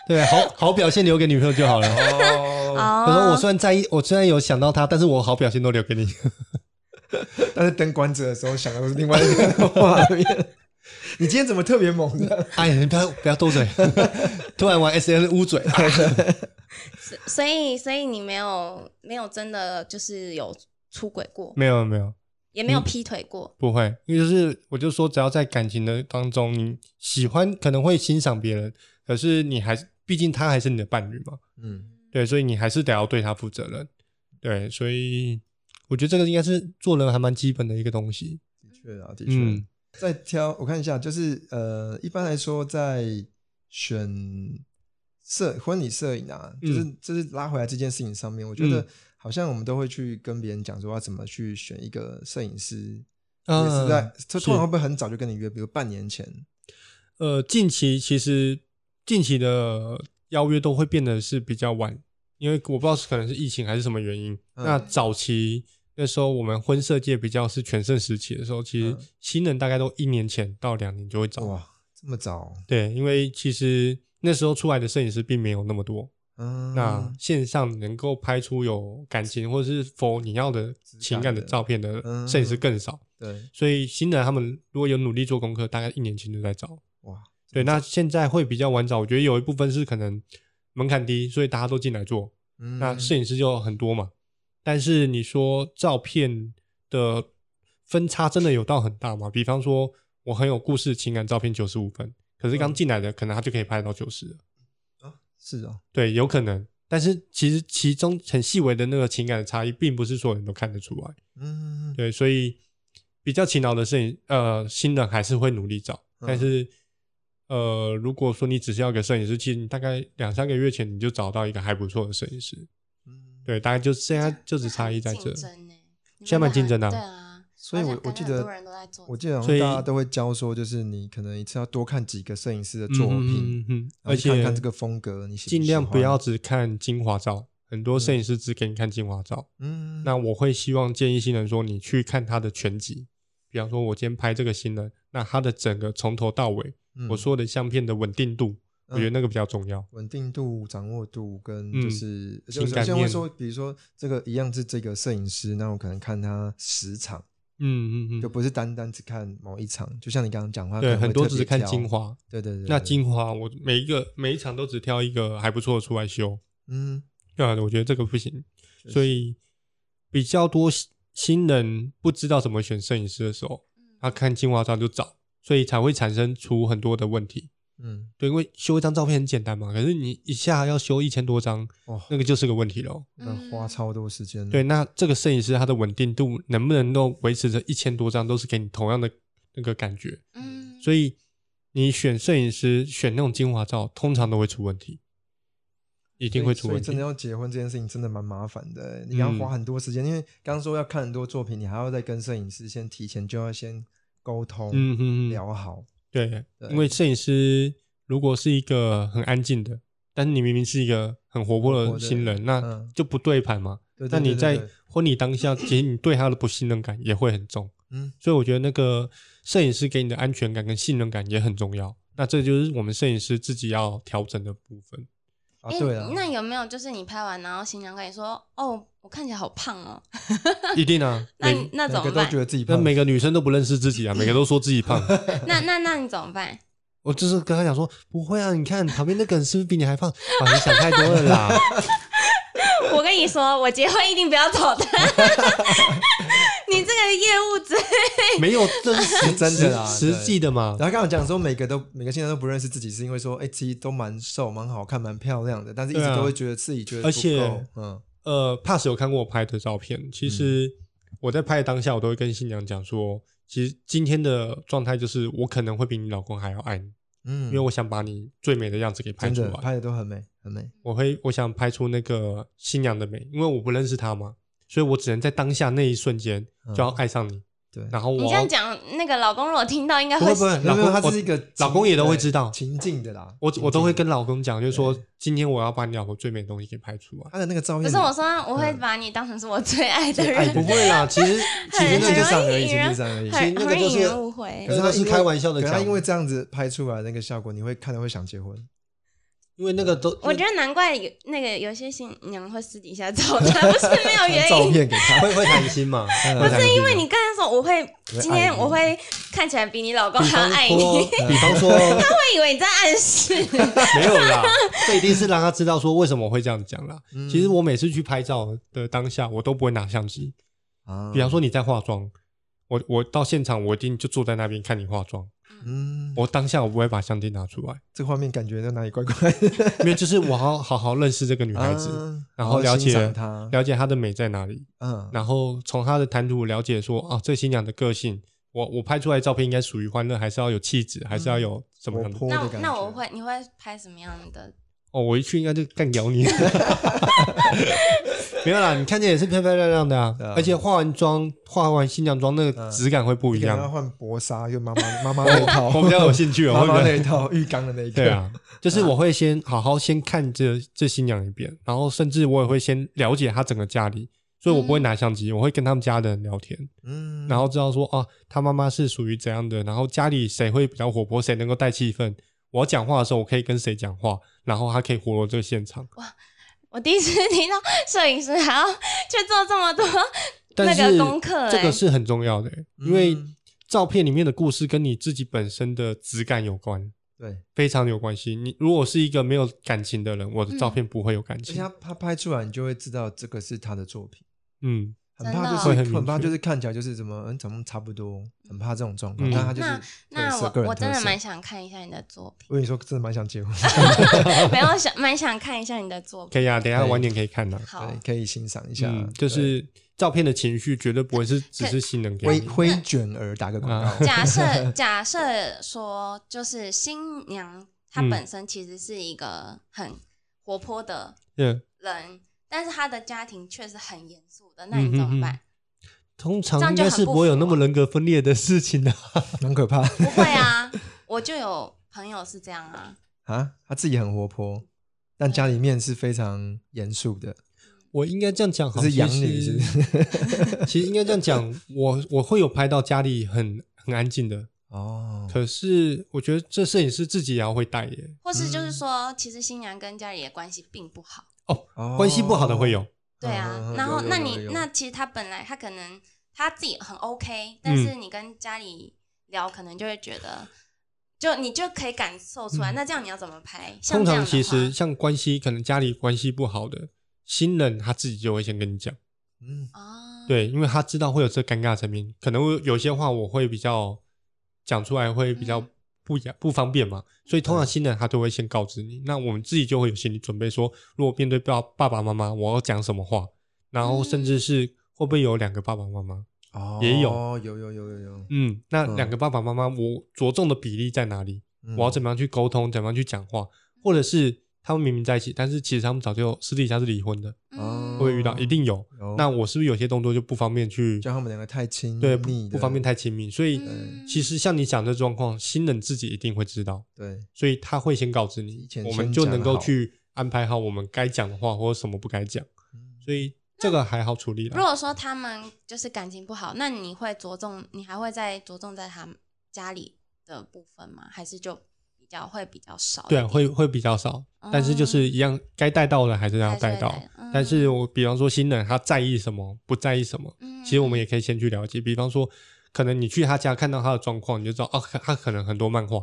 对，好好表现留给女朋友就好了。
哦，
哦，
我说我虽然在意，我虽然有想到她，但是我好表现都留给你。
但是灯关着的时候想的是另外一个画面。你今天怎么特别猛的？
哎，你不要不要多嘴， 突然玩 S N 捂 嘴。
所以所以你没有没有真的就是有出轨过，
没有没有，
也
嗯
没有劈腿过。
不会，因为就是我就说，只要在感情的当中，你喜欢可能会欣赏别人，可是你还是毕竟他还是你的伴侣嘛，
嗯，
对，所以你还是得要对他负责任。对，所以我觉得这个应该是做人还蛮基本的一个东西。
的确啊，的确。
嗯，
再挑，我看一下，就是呃，一般来说，在选摄婚礼摄影啊，
嗯
就是就是拉回来这件事情上面，我觉得
嗯
好像我们都会去跟别人讲说要啊怎么去选一个摄影师，
啊
也是在这
是
通常会不会很早就跟你约，比如半年前，
呃，近期其实近期的邀约都会变得是比较晚，因为我不知道是可能是疫情还是什么原因。
嗯
那早期那时候我们婚摄界比较是全盛时期的时候，其实
嗯
新人大概都一年前到两年就会找。
哇，这么早，
对，因为其实那时候出来的摄影师并没有那么多。
嗯，
那线上能够拍出有感情或者是否你要的情感的照片的
嗯
摄影师更少，
对，
所以新人他们如果有努力做功课，大概一年前就在找。
哇，
对，那现在会比较晚找，我觉得有一部分是可能门槛低，所以大家都进来做，
嗯
那摄影师就很多嘛。但是你说照片的分差真的有到很大吗？比方说，我很有故事情感照片九十五分，可是
嗯
刚进来的可能他就可以拍到九十了，
是哦，
对，有可能。但是其实其中很细微的那个情感的差异，并不是所有人都看得出来。
嗯，
对，所以比较勤劳的摄影呃新人还是会努力找，
嗯
但是、呃，如果说你只是要一个摄影师，其实你大概两三个月前你就找到一个还不错的摄影师，
嗯，
对，大概就现在就只差异在这
竞，争呢，你们
现在蛮竞争的啊
很对啊，
所以我
而且
我
感觉
记得
很多人都在做，
我记得好
所
像
以
大家都会教说，就是你可能一次要多看几个摄影师的
嗯
作
嗯
品，
嗯嗯嗯
然后
而
去
且
看看这个风格你喜不
尽量
喜
不要
欢
只看精华照，很多摄影师只给你看精华照，
嗯，
那我会希望建议新人说你去看他的全集。比方说，我今天拍这个新人，那他的整个从头到尾，
嗯
我说的相片的稳定度，我觉得
嗯
那个比较重要。
稳定度、掌握度跟
嗯
就是，就
情
是
感
像会
面
说，比如说这个一样是这个摄影师，那我可能看他十场，
嗯嗯嗯，
就不是单单只看某一场。就像你刚刚讲话，可
对，
能会
很多
特
只是
别
看
挑
精，华。
对对对。
那
对，
精华，我每一个每一场都只挑一个还不错的出来修。
嗯，
啊，我觉得这个不行，
确
所
实
以比较多新新人不知道怎么选摄影师的时候，
嗯
他看精华照就找，所以才会产生出很多的问题。
嗯，
对，因为修一张照片很简单嘛，可是你一下要修一千多张，
哦，
那个就是个问题咯。
那
嗯
花超多时间。
对，，那这个摄影师他的稳定度能不能够维持着一千多张，都是给你同样的那个感觉。
嗯，
所以你选摄影师选那种精华照，通常都会出问题，一定会出
所以
问
真的
题。
要结婚这件事情真的蛮麻烦的，你要
嗯
花很多时间，因为刚刚说要看很多作品，你还要再跟摄影师先提前就要先沟通，
嗯嗯嗯，
聊好。
对，
对
因为摄影师如果是一个很安静的，但是你明明是一个很活泼
活泼的
的新人，那
嗯
就不对盘嘛。
对，对
那你
对对
在
对
婚礼当下，其实你对他的不信任感也会很重。
嗯
所以我觉得那个摄影师给你的安全感跟信任感也很重要。那这就是我们摄影师自己要调整的部分。
啊，
诶
对啊，
那有没有就是你拍完，然后新娘跟你说，哦，我看起来好胖哦，
一定啊，
那
每
那怎
每
么
个都
办
觉？得自己
那
胖，
每个女生都不认识自己啊，每个都说自己胖。
那那那你怎么办？
我就是跟他讲说，不会啊，你看旁边那个人是不是比你还胖？啊，你想太多了啦。
我跟你说，我结婚一定不要找 他。你这个业务真
没有，这是 实
真的啦
实实际的嘛
然。后刚刚讲说每个都每个新人都不认识自己，是因为说哎、其实都蛮瘦、蛮好看、蛮漂亮的，但是一直
对啊
都会觉得自己觉得不
而且
够嗯
呃，Pass 有看过我拍的照片，其实我在拍的当下，我都会跟新娘讲说，其实今天的状态就是我可能会比你老公还要爱你，
嗯，
因为我想把你最美的样子给拍
真
出
的
来。
拍的都很美，很美。
我会，我想拍出那个嗯新娘的美，因为我不认识她嘛，所以我只能在当下那一瞬间就要爱上你。
对，
然后我
你这样讲，那个老公如果听到应该
不
会
会不会，
老
没有
公
他
我
是一个
老
情
公也都会
对
知道
情境的啦。
我
情
我都
境
会
的
跟老公讲，就是说
对
今天我要把你老婆最美的东西给拍出来。
他的那个照片
不
里，
是我说，我会
嗯
把你当成是我最爱的
最爱
人
的
不，会啦，其实
情境
很
就
容易
上而
引
已，情境
人
上而已。
很
情
很
境
容
就
易
是
引人误会
可。是
那
他
是
哎因为
开玩笑的
可是他
讲
因为这样子拍出来那个效果，你会看了会想结婚。
因为那个都
我觉得难怪有那个有些新娘会私底下找 他，不是没有原
照
因。
片啊给他，
会会谈心 嘛。
不是因为
你刚才说我会，
会
今
爱
天
你
我会看起来比你老公
比
还
方
要爱你，
说
会，
比方说，
以为你在暗 示。
没有啦，这一定是让他知道说为什么我会这样讲啦。
嗯
其实我每次去拍照的当下，我都不会拿相机。
啊
比方，说你在化妆，我我到现场，我一定就坐在那边看你化妆。
嗯，
我当下我不会把相机拿出来，
这画面感觉在哪里怪怪的？
因为就是我好好好认识这个女孩子，
啊
然后了
欣
解
赏她，
了解她的美在哪里，
嗯，
然后从她的谈吐了解说，哦，这新娘的个性，我我拍出来的照片应该属于欢乐，还是要有气质，还是
嗯
要有什么
活
样的？
泼
那
的
我
感觉。
那我会，你会拍什么样的？
哦，我一去应该就干掉你。没有啦，你看见也是漂漂亮亮的啊，
对啊
而且化完妆、化完新娘妆，那个
嗯
质感会不一
你可能要
样。
换薄纱，又妈妈妈妈那一套，
我比较有兴趣哦，
妈
我
妈
会
那一
觉得。
套浴缸的那一个。
对啊，就是我会先好好先看这这新娘一遍，然后甚至我也会先了解她整个家里，所以我不会拿相机，我会跟他们家的人聊天，
嗯，
然后知道说啊，她妈妈是属于怎样的，然后家里谁会比较活泼，谁能够带气氛。我要讲话的时候，我可以跟谁讲话，然后她可以活络这个现场。
我第一次听到摄影师还要去做这 么多
但
那
是
个功课、欸，
这个是很重要的、欸因为
嗯
照片里面的故事跟你自己本身的质感有关，
对，
非常有关系。你如果是一个没有感情的人，我的照片不会有感
而且
情。
他他拍出来，你就会知道这个是他的作品。
嗯，
很
真
怕
的
就
哦
是
会很明
很怕
确
就是看起来就是怎么嗯怎么差不多，很怕这种状况。
嗯
但他就是
那那
特色
我
个人
我真的
特色
蛮想看一下你的作品，
我跟你说，真的蛮想结婚，
没有想蛮想看一下你的作品。
可以啊，等一下
可以
晚点可以看的、
好，
对，可以欣赏一下
嗯，，就是照片的情绪绝对不会是只是新人给
对挥
你。
挥卷而打个广告
啊，
假设假设说，就是新娘她
嗯
本身其实是一个很活泼的
嗯，
人，但是她的家庭却是很严肃的，那你怎
嗯哼
么办？
通常
这样
应
就
该
很
是
不
不会有
符
那么
啊
人格分裂的事情啊的、
很可怕
不会 啊，我就有朋友是这样啊，
啊！他自己很活泼，但家里面是非常严肃的，
我应该这样讲好，
这是
其
养女是
实
不是？
其实应该这样讲，我我会有拍到家里很很安静的，
哦，
可是我觉得这摄影师自己也要会带耶。
或是
嗯
就是说，其实新娘跟家里的关系并不好。
哦
关系不好的会有，
对
嗯
啊
嗯，嗯
然
有
后
有
那
有
你
有
那其实他本来他可能他自己很 OK，但
嗯
是你跟家里聊，可能就会觉得，就你就可以感受出来。那这样你要怎么拍？像
嗯通
这样的
常其实
话
像关系可能家里关系不好的新人，他自己就会先跟你讲，
嗯，
啊，
对，因为他知道会有这尴尬的层面，可能会有些话我会比较讲出来会比较
嗯
不雅不方便嘛，所以通常新人他都会先告知你，那我们自己就会有心理准备说，如果面对爸爸爸妈妈，我要讲什么话，然后甚至是会不会有两个爸爸妈妈，
哦，
也有
有有有有有，
嗯，那
嗯
两个爸爸妈妈我着重的比例在哪里？
嗯
我要怎么样去沟通，怎么样去讲话，或者是他们明明在一起，但是其实他们早就私底下是离婚的，
哦
会不会遇到？一定有。
有
那我是不是有些动作就不方便去？
叫他们两个太亲密
对，
的，
不不方便太亲密。所以
嗯
其实像你讲的状况，新人自己一定会知道，
对，
所以他会先告知
提
你
前，
我
先
们就
讲
能够
好
去安排好我们该讲的话或者什么不该讲。
嗯
所以这个还好处理
如
了。
果说他们就是感情不好，那你会着重，你还会再着重在他们家里的部分吗？还是就比较会比较少一
对
点？
啊，会会比较少，但是就
嗯
是一样，该带到的还是要
还是会
带到
带。嗯到
但是我比方说新人他在意什么，不在意什么，
嗯，
其实我们也可以先去了解，比方说，可能你去他家看到他的状况，你就知道哦，可他可能很多漫 画，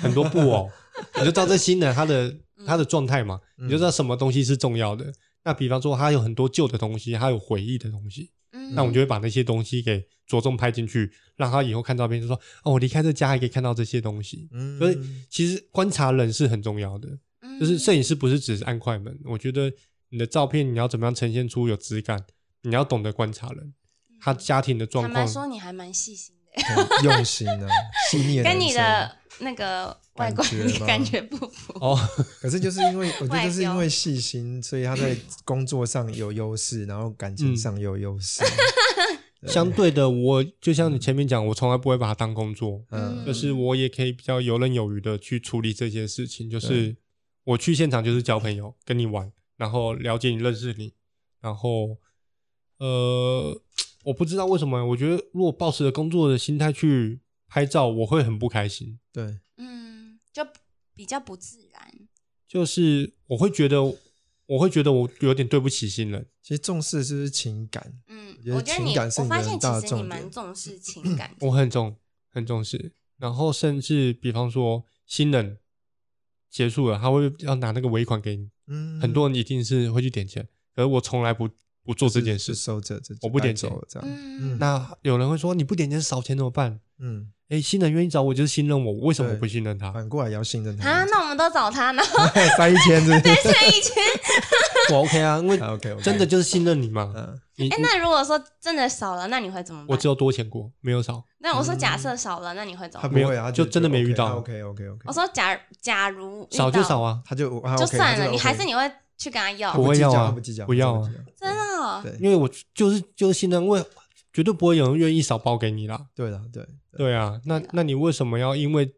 很多布偶，你就知道这新人他
嗯
的他的状态嘛，你就知道什么东西是重要的。那比方说，他有很多旧的东西，他有回忆的东西，
嗯，
那我们就会把那些东西给着重拍进去，让他以后看照片就说哦，我离开这家还可以看到这些东西。
嗯
所以其实观察人是很重要的，
嗯
就是摄影师不是只是按快门，我觉得你的照片你要怎么样呈现出有质感，你要懂得观察人，他家庭的状
嗯坦白
况，
说，你还蛮细心的。
很用心啊，细腻的
跟
男
你
生
的那个外观
感觉 吗
感觉不符。
哦，
可是就是因为我觉得就是因
外
为
表
细
嗯
心，所以他在工作上有优势，然后感情上有优势。
相对的，我就像你前面讲，我从来不会把它当工作，
嗯
就是我也可以比较游刃有余的去处理这些事情。就是我去现场就是交朋友，跟你玩，然后了解你、认识你，然后呃，我不知道为什么，我觉得如果抱持着工作的心态去拍照，我会很不开心。
对，
嗯，就比较不自然。
就是我会觉得，我会觉得我有点对不起新人。。
其实重视就是情感，
嗯
我觉，得
我觉得
情
你，
感是
我
你
发
的
现其
大
实你
重
蛮
点
重视情感
我很重很重视。然后甚至比方说新人结束了，他会要拿那个尾款给你，
嗯，
很多人一定是会去点钱，可是我从来不不做这件事
是。收着这，
我不
带
点
走
钱
了这样，
嗯，
那有人会说你不点钱少钱怎么办？
嗯，
哎，新人愿意找我就是信任我，为什么我
对
不信任他？
嗯反过来也要信任他
啊，
们，
那我们都找他，然后
塞一千是不是
这一群，
我 OK 啊，因为
？OK，
真的，就是信任你嘛。
嗯，
你
哎，
你
那如果说真的少了，那你会怎么
我嗯
办
只？有多钱过，没有少。
那我说假设少了，那你会怎
他
么
不
办？
会啊，他觉
就
得
真的没遇
OK，
到
他 OK OK OK，
我说假假如遇
少就
到
少啊，
他就
就算了，你还是
你
你会去跟他要
不会，要啊
不计较，
不要啊
计较
真的哦。
对
因为我就是就是信任，因为绝对不会有人愿意少包给你啦。
对了，对
对啊，那
对啊
那你为什么要因为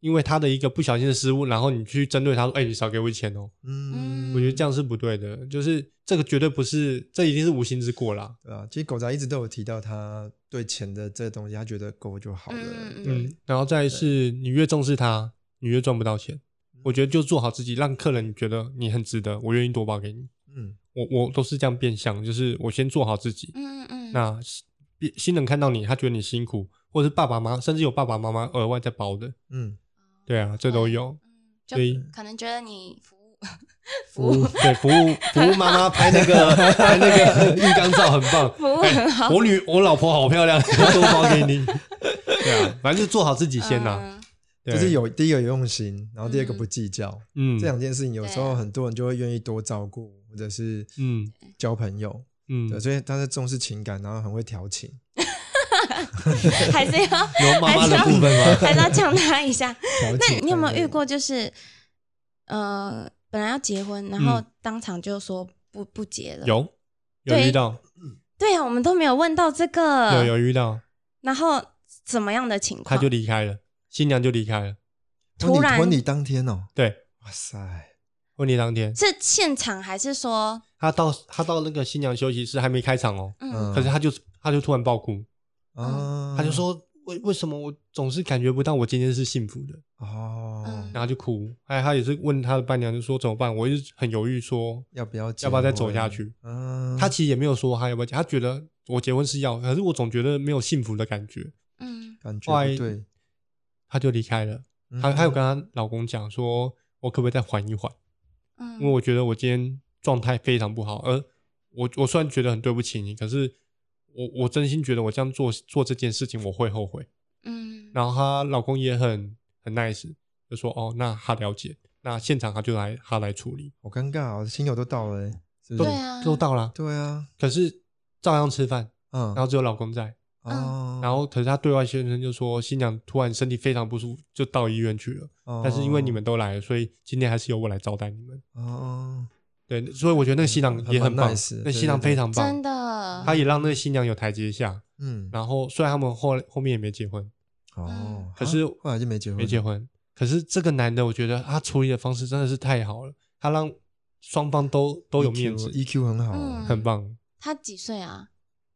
因为他的一个不小心的失误，然后你去针对他说：“哎、你少给我钱哦、
嗯，
我觉得这样是不对的，就是这个绝对不是，这一定是无心之过啦。
对啊，其实狗仔一直都有提到他对钱的这东西，他觉得够就好了。
嗯
对
嗯，然后再来是你越重视他，你越赚不到钱。我觉得就做好自己，让客人觉得你很值得，我愿意多包给你。
嗯，
我我都是这样变相，就是我先做好自己。
嗯嗯嗯，
那新新人看到你，他觉得你辛苦，或者是爸爸妈妈，甚至有爸爸妈妈额外在包的。
嗯，
对啊，这都有。
嗯就
所以
可能觉得你服 务服
服务
务
对 服务服务妈妈拍那个拍那个浴缸照很棒，哎
服务很好，
我女我老婆好 漂亮，多包给你。对啊，反正就做好自己先呐、
嗯
对
就是有第一个有用心，然后第二个
嗯
不计较，
嗯
这两件事情有时
对
候
啊
很多人就会愿意多照顾，或者是
嗯
交朋友，
嗯，
对，所以他是重视情感，然后很会调情，
还是要
有妈妈的部分吗？
还是要呛他一下。
调
那
情。
你有没有遇？过就是，呃，本来要结婚，然后
嗯
当场就说不不结 了？
有有
对
遇到
对啊，我们都没有问到这个。
有有遇
呃
到，
然后怎么样的情
他
况？
就离开了，新娘就离开了。
婚礼
突然
哦婚礼当天哦，
对，
哇塞，
婚礼当天，
是现场还是说，
他到他到那个新娘休息室还没开场哦，
嗯
可是他就他就突然爆哭，
啊，
他就说为为什么我总是感觉不到我今天是幸福的？
哦
嗯，
然后就哭。哎，他也是问他的伴娘，就说怎么办？我一直很犹豫说，
要不要
要不要再
结
走下
婚
去？
啊，
他其实也没有说他要不要结，他觉得我结婚是要，可是我总觉得没有幸福的感觉，
嗯
感觉
后来
不对，嗯
他就离开了。他他有跟她老公讲说，我可不可以再缓一缓？
嗯，
因为我觉得我今天状态非常不好，而我我虽然觉得很对不起你，可是我我真心觉得我这样做做这件事情我会后悔。
嗯
然后她老公也很很 nice，就说哦，那他了解，那现场他就来他来处理。
好尴尬哦，亲友都到了欸，是不
都
是
对？啊
都到了，
对啊，
可是照样吃饭，
嗯，
然后只有老公在，
嗯
哦，
然后可是他对外宣称就说新娘突然身体非常不舒服，就到医院去了。
哦，
但是因为你们都来了，所以今天还是由我来招待你们。
哦，
对，所以我觉得那个新郎
嗯
也
还
很
蛮
棒
nice 的，
那
对
新郎
对对
非常
真
棒，
的，
他也让那个新娘有台阶下。
嗯，
然后虽然他们后来后面也没结婚，
嗯
哦，
可是
啊后来就没结婚，
没结，婚，可是这个男的我觉得他处理的方式真的是太好了，他让双方都都有面子，
，EQ 很好哦，
嗯
很棒。
他几岁啊？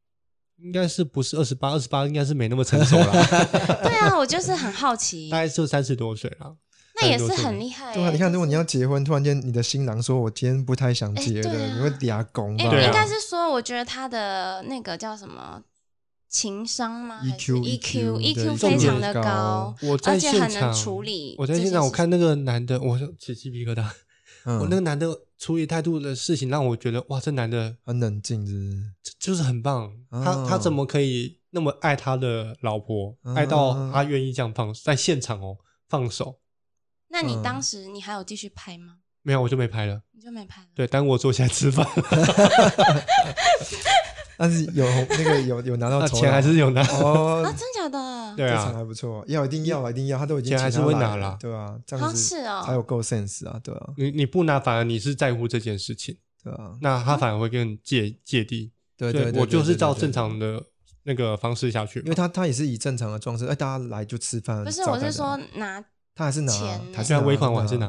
应该是不是二十八？二十八应该是没那么成熟 啦，
对啊，我就是很好奇
大，概就三十多岁啦。
那也是
30多岁
很厉害欸。
对啊，你看，
就是
如果你要结婚，突然间你的新郎说：“我今天不太想
哎
结
对
了”，
啊
你会嗲拱吧
哎、
对啊
应该是说，我觉得他的那个叫什么情商吗 E
EQ
E
EQ
EQ
EQ 非常的
重点高，
我
而
在
且
现
很
场
能处理
我
这
在
件事情。
现场，我看那个男的，我就起鸡皮疙瘩。
嗯
我那个男的处理态度的事情，让我觉得哇，这男的
很冷静，是不是？
就就是很棒。
哦
他他怎么可以那么爱他的老婆，
嗯
爱到他愿意这样放在现场哦放手？
那
嗯
你当时你还有继续拍吗？
没有，我就没拍了。
你就没拍了。
对，但我坐下来 吃饭，
但是有那个有有拿到
那
酬劳
钱还是 有拿。
哦
啊，，真假的？
呃对
这场
啊，
还不错，要一定要啊一定要，他都已经
钱还
请
是会
他来
拿啦
对啊，这
好像
样
是
子
哦
才有够 sense 啊，对啊，
你你不拿，反而你是在乎这件事情，
对啊，
那他反而会更芥芥蒂。
对
对
对，对
我就是照正。
对对对
常的那个方式下去嘛，
因为他他也是以正常的装饰，哎，大家来就吃饭。
不是，我
招待
是
的
说
啊，
拿
他还是拿啊
钱，
还是
虽然
拿
尾款我还是。拿，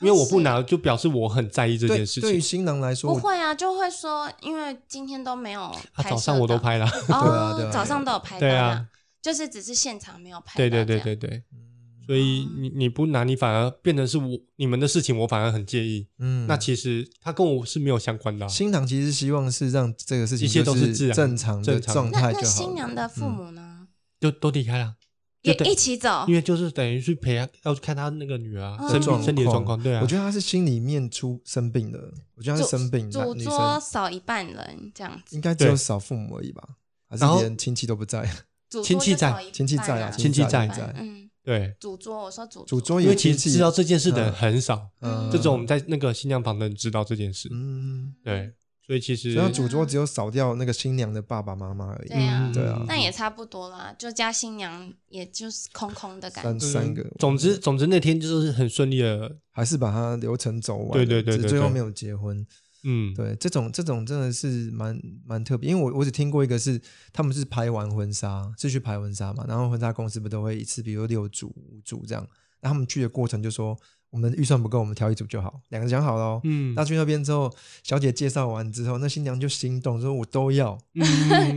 因为我不拿就表示我很在意这
啊对
件，事
对于
情。
新郎来说，
不
我
会啊，就会说，因为今天都没有
啊，
拍摄到、
早上我都拍了，
对啊对
哦
啊，
早上都有拍到
对
啦，
啊，
就是只是现场没有拍到。
对对对，对对，
嗯
所以你你不拿，你反而变成是我你们的事情，我反而很介意。
嗯，
那其实它跟我是没有相关的啊、
新郎其实希望是让这个事情
一切
就
都是自然
正常的
正常
状
那
态就
那
好了。
新娘的父
嗯
母呢，
就都离开了，就
也
等
一起走
因。为就是等于去陪她，要去看她那个女儿啊
哦嗯
身
状
体身体的状况，对啊，
我觉得他是心里面出生病的，我觉得他是生病，
主
男女
桌
生
少一半人这样子，
应该只有
对
少父母而已吧，还是
然后
连亲戚都不在？
主
亲
桌
戚
就
在
少一
亲戚
半
在
啊
啊，
亲戚在
在，
嗯，
对，
主桌我说主
主桌
因
有
为其
亲
实
戚
知道这件事的人
嗯
很少，
嗯
这种在那个新娘旁的人知道这件事，
嗯，
对，所以其实
所以他主桌只有少掉那个新娘的爸爸妈妈而已，
对啊
嗯
对啊
但也差不多啦，就加新娘也就是空空的感
三
觉。
三个，
嗯总之总之那天就是很顺利的，
还是把它流程走完了，
对对对
只是
对
最后
对
没有结婚，
嗯，
对，这种这种真的是蛮蛮特别，因为我我只听过一个是他们是拍完婚纱，是去拍婚纱嘛，然后婚纱公司不都会一次，比如六组五组这样，然后他们去的过程就说我们的预算不够，我们挑一组就好，两个讲好喽。
嗯
那去那边之后，小姐介绍完之后，那新娘就心动，说我都要、
嗯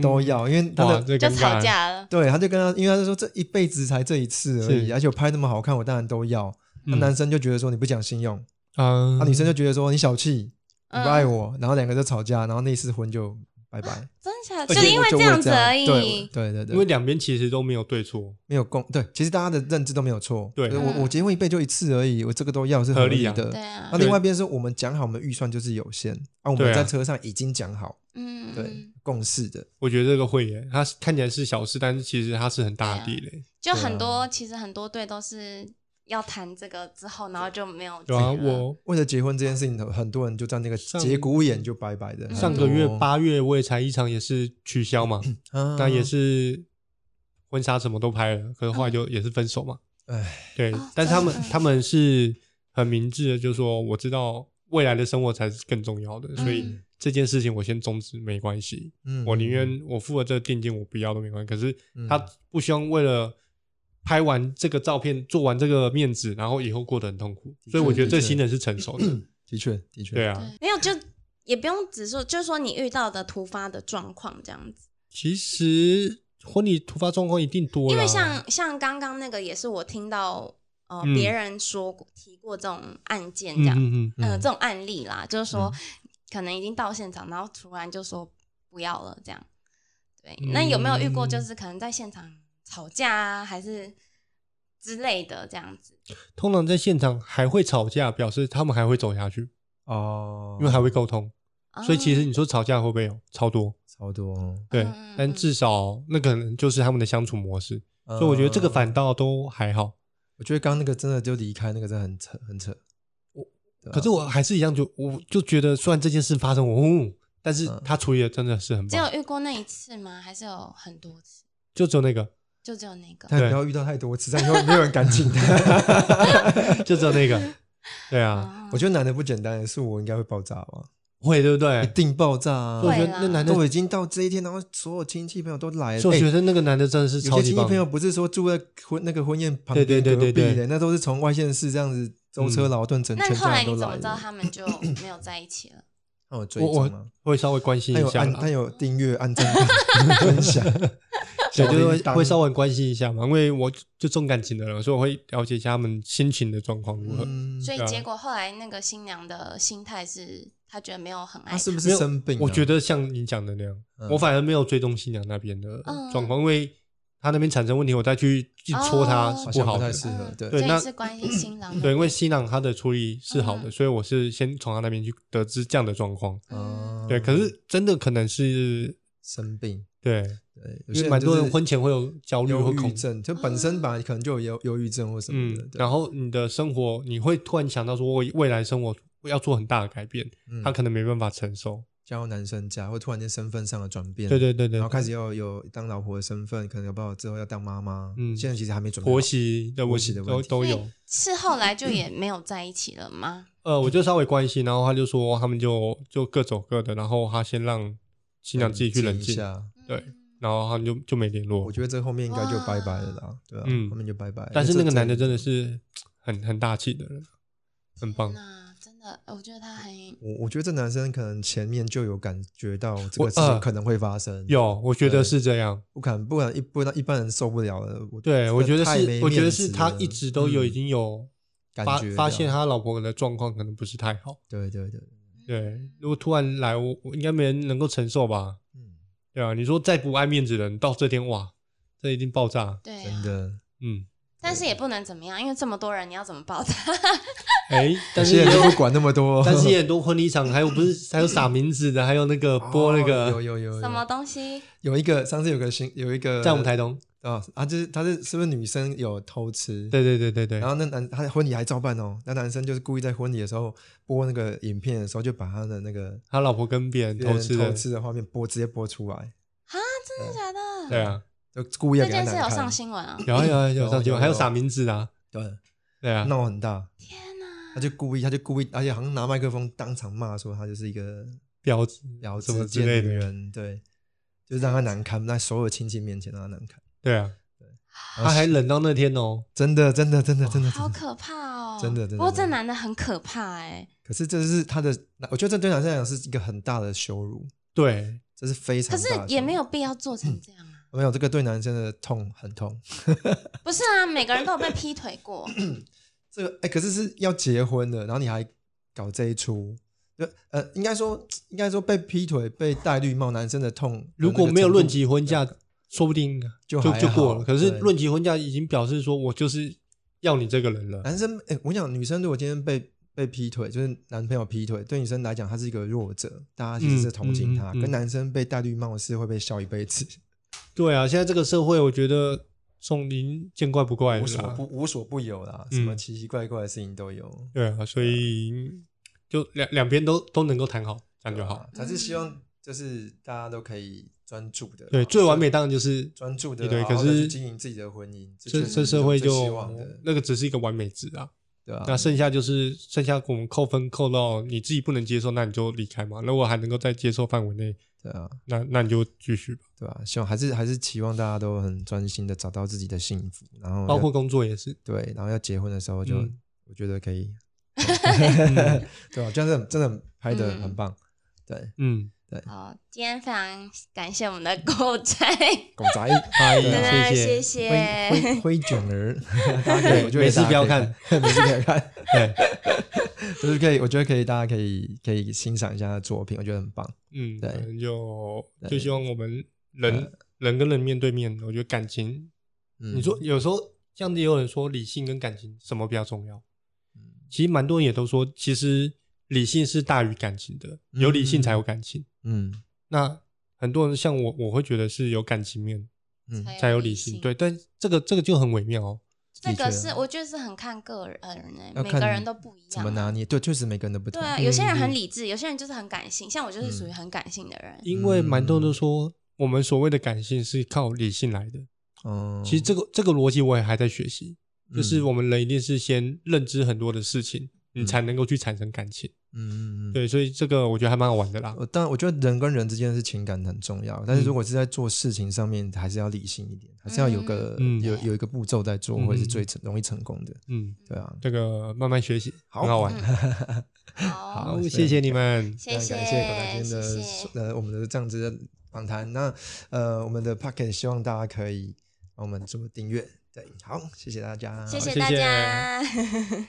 都要，因为她
哇，
的
这
就
尴尬
吵
了，
架了，
对，她就跟她，因为她就说这一辈子才这一次而已，
是
而且我拍那么好看，我当然都要。那
嗯
男生就觉得说你不讲信用，
啊
那、女生就觉得说你小气，你
嗯
不爱我，然后两个就吵架，然后那一次婚就拜 拜，
真假
而
的？
且
就因为
我
这
就会
样子
样
而已。
对对对，
因为两边其实都没有对错，
没有共对，其实大家的认知都没有错。
对
就是我我结婚一辈就一次而已，我这个都要是
合
理
理啊
的。
对啊
那，另外一边是我们讲好，我们预算就是有限啊，我
对
们
啊
在车上已经讲好，
嗯，
对，共识的。
我觉得这个会耶，它是看起来是小事，但是其实它是很大的
对
地
啊
雷。
就
对啊
很多其实很多队都是要谈这个之后，然后就没有这
对
个
啊，
了。
我
为了结婚这件事情，很多人就在那个
上
节骨眼就拜拜的。很
上个月
多，
八月我也才一场也是取消嘛，
啊
那也，是婚纱什么都拍了，可是后来就
嗯
也是分手嘛。
哎，
对
哦，
但是他
真
们
的
他们是很明智的，就说我知道未来的生活才是更重要的，所以
嗯
这件事情我先终止没关系，
嗯
我宁愿我付了这个定金我不要都没关系。可是
嗯
他不希望为了拍完这个照片做完这个面子，然后以后过得很痛苦，
确
所以我觉得
的
这
确
新人是成熟的，
的确的确，
对啊。
没有就也不用只说，就是说你遇到的突发的状况这样子。
其实婚礼突发状况一定多啦，
因为像像刚刚那个也是我听到呃
嗯
别人说过提过这种案件这
嗯
样，
嗯嗯
嗯、呃，
嗯
这种案例啦，就是说、可能已经到现场，然后突然就说不要了这样。对，那有没有遇过
嗯
就是可能在现场吵架啊，还是之类的这样子？
通常在现场还会吵架，表示他们还会走下去，
哦，
因为还会沟通。所以其实
哦
你说吵架会不会有超多？
超多哦。
对
嗯嗯，
但
嗯
至少那可能就是他们的相处模式，
所
所以我觉得这个，反倒都还好。
嗯我觉得刚刚那个真的就离开那个真的很扯，很扯。对啊
可是我还是一样就，我就觉得虽然这件事发生，我、哦，但是
嗯
他处理的真的是很
只有
棒，
遇过那一次吗？还是有很多次？
就只有那个，
就只有那个？
但
对
不要遇到太多次，这样以后没有人敢请他。
就只有那个，对啊，
哦
我觉得男的不简单，是我应该会爆炸吧？
会对不
一
对？
定爆炸啊！
所以我
会
觉
啦
得那男的，
都已经到这一天，然后所有亲戚朋友都来了，
所以我觉
欸
得那个男的真的是
哎有
超
些
级
亲戚
棒
朋。友不是说住在婚那个婚宴旁
对
边
对对对
隔壁
对
的，那都是从外县市这样子舟车
嗯
劳顿，整全
那后
家
来
人都
你怎
来
么知道
了。
他们就没有在一起了？
他有追
我
踪吗
我？会稍微关心
他
一
有
下
按，
啦，
他有订阅、按赞、 分享，
对，
小
就是
铃
会
铛
会稍微关心一下嘛，因为我就重感情的人，所以我会了解一下他们心情的状况如何。
嗯
所以
对啊
结果后来那个新娘的心态是，她觉得没有很爱
他是不
没
是
有
生病啊？
我觉得像你讲的那样，
嗯
我反而没有追踪新娘那边的
嗯
状况，因为她那边产生问题，我再去去戳她
哦
好
是不
像
好
不
的
太。适合
嗯。
对，
所
对
以
那
是关心新 郎的
对，因为新郎她的处理是好的，
嗯
所以我是先从她那边去得知这样的状况。
哦
对，可是真的可能是
生病，
对，
对，有
因
些
为蛮多
就
人
是
婚前会有焦虑
忧
或恐
郁
惧，
症，就本
哦
身吧，可能就有忧忧郁症或什么的
嗯，。
对
然后你的生活你会突然想到说，我未来生活要做很大的改变，
嗯
她可能没办法承受。
加入男生家，或突然间身份上的转变，
对对对对
嗯然后，开始要有当老婆的身份，可能有不好之后要当妈妈，
嗯
现在其实还没准备好
婆，媳的
婆
问
媳
题
的
都
问题
都
所以
有。
是后来就也没有在一起了吗？
呃，我就稍微关心，然后他就说他们就就各走各的，然后他先让新娘自己去冷
嗯一
静。哦
下，
对
嗯，
然后他们就就没联络
我。觉得这后面应该就拜拜了啦，对啊，
嗯
后面就拜拜了。
但是那个
这
男的真的，是很很大气的人，很棒。
那真的，我觉得他很
我我觉得这男生可能前面就有感觉到这
我
个事情
呃
可能会发生，
有，我觉得
对
是这样。
不可能，不然一不然一般人受不了了。我
对，我觉
真的
得
太
是
没，
我觉得
面
是
子
他
了
一直都有已
嗯
经有
感
发
觉
发
到
现他老婆的状况可能不是太好。
对对对，
嗯
对，如果突然来，我我应该没人能够承受吧？
嗯，
对啊，你说再不爱面子的人，到这天哇，这一定爆炸。
对
真
啊，
的。
嗯，
但是也不能怎么样，因为这么多人，你要怎么报答？
哎，但
有些
是也
人
有
都不管那么 多，
但是也很多婚礼场，还有不是还有撒名字的，还有那个播那
哦
个，
有有有有
什么东西？
有一个上次有个新有一个
在我们台东，
啊啊，就是他是是不是女生有偷吃？
对对对对对
然，后那男他的婚礼还照办哦，那男生就是故意在婚礼的时候播那个影片的时候，就把他的那个
他老婆跟别人
别人
偷吃的
偷，吃的画面播直接播出来，
真的假的？
对，啊，
就故意要
这
给他
件事有
难
上
看。
新闻啊！
有啊有啊有上
有
新
有
闻，还有撒名字的啊，
对，
对啊，
闹很大，
天哪，
他就故意他就故意，而且好像拿麦克风当场骂说他就是一个
婊子
聊
什么
之
之
贱
类
女
的，
人，对，就是让他难堪，在所有亲戚面前让他难堪。
对啊，
然
他
后
还忍到那天哦，
真的真的真的真的，真
好
的
可怕哦！
真的真的
不过这
真的
男的很可怕哎，
可是这是他的，我觉得这对男生来讲是一个很大的羞辱，
对，
这是非常
可
大
是
的羞辱。
也没有必要做成这样啊。
没有这个对男生的痛很痛。
不是啊，每个人都有被劈腿 过，
这个哎，可是是要结婚的，然后你还搞这一出，就呃，应该说应该说被劈腿、被戴绿帽，男生的痛，
如果没有论及
及
婚嫁，说不定
就
就
还
就过
好
了。可是
对
论及婚嫁已经表示说我就是要你这个人了，
男生哎，我想女生如果今天被被劈腿，就是男朋友劈腿，对女生来讲，她是一个弱者，大家其实是同情她，
嗯嗯嗯
跟男生被戴绿帽是会被笑一辈子，
对啊，现在这个社会，我觉得宋林见怪不怪
无
了
所
啦，
不无所不有啦，
嗯
什么奇奇怪怪的事情都有。
对啊，所以就两两边都都能够谈好，这样就好。
还啊是希望就是大家都可以专注的，
嗯对，最完美当然就是
专注的，
对，
好
可
好地去
是
经营自己的婚姻，
这
就是
这社会
最
就
希望的，
那个只是一个完美值啊，
对吧、
那剩下就是剩下我们扣分扣到你自己不能接受，那你就离开嘛。如果还能够在接受范围内，
对啊，
那那你就继续吧。
对啊，希望还是还是期望大家都很专心的找到自己的幸福，然后要
包括工作也是，
对，然后要结婚的时候就、
嗯
我觉得可以， 对啊，这样子真的拍的
嗯
很棒， 对，
嗯，
好，今天非常感谢我们的狗仔，
狗仔。
嗨，
真的
谢
啊谢
谢，
谢。
灰灰灰卷儿， 大家可以，我觉得
每次
大家
不要
可以
看，
每次不要看，
对，
就是可以，我觉得可以，大家可以可以欣赏一下他的作品，我觉得很棒。
嗯，
对
可能就
对
就希望我们人人跟人面对面，我觉得感情，
嗯
你说有时候像也有人说理性跟感情什么比较重要，其实蛮多人也都说，其实理性是大于感情的，有理性才有感情。
嗯
那很多人像我，我会觉得是有感情面
嗯，
才
才有理
理
性，对，但这个这个就很微妙哦。
这
的
个
确
是
啊
我觉得是很看个人哎、
要
每
看
个
你
人都不一样啊。
怎么拿捏？对，确实每个人都不同。
对啊，有些人
嗯
很
嗯
理智，有些人就是很感性，像我就是属于很感性的人。
因为蛮多人都说，我们所谓的感性是靠理性来的。
嗯，
其实这个这个逻辑我也还在学习，就是
嗯
我们人一定是先认知很多的事情，你
嗯
才能够去产生感情。
嗯嗯嗯，
对，所以这个我觉得还蛮好玩的啦。
我呃当然，我觉得人跟人之间是情感很重要，
嗯
但是如果是在做事情上面，还是要理性一点，还是要有个
嗯
有有一个步骤在做，会是
嗯
最成容易成功的。
嗯，
对啊，
这个慢慢学习，很好玩。
好，
好，
是
谢谢你们，
谢
嗯非
谢，
常感谢感谢今天
谢
的
谢
呃我们的这样子的访谈。那呃我们的 Pocket 希望大家可以帮我们做订阅。对，好，谢谢大家，
谢谢
谢
大
谢
家。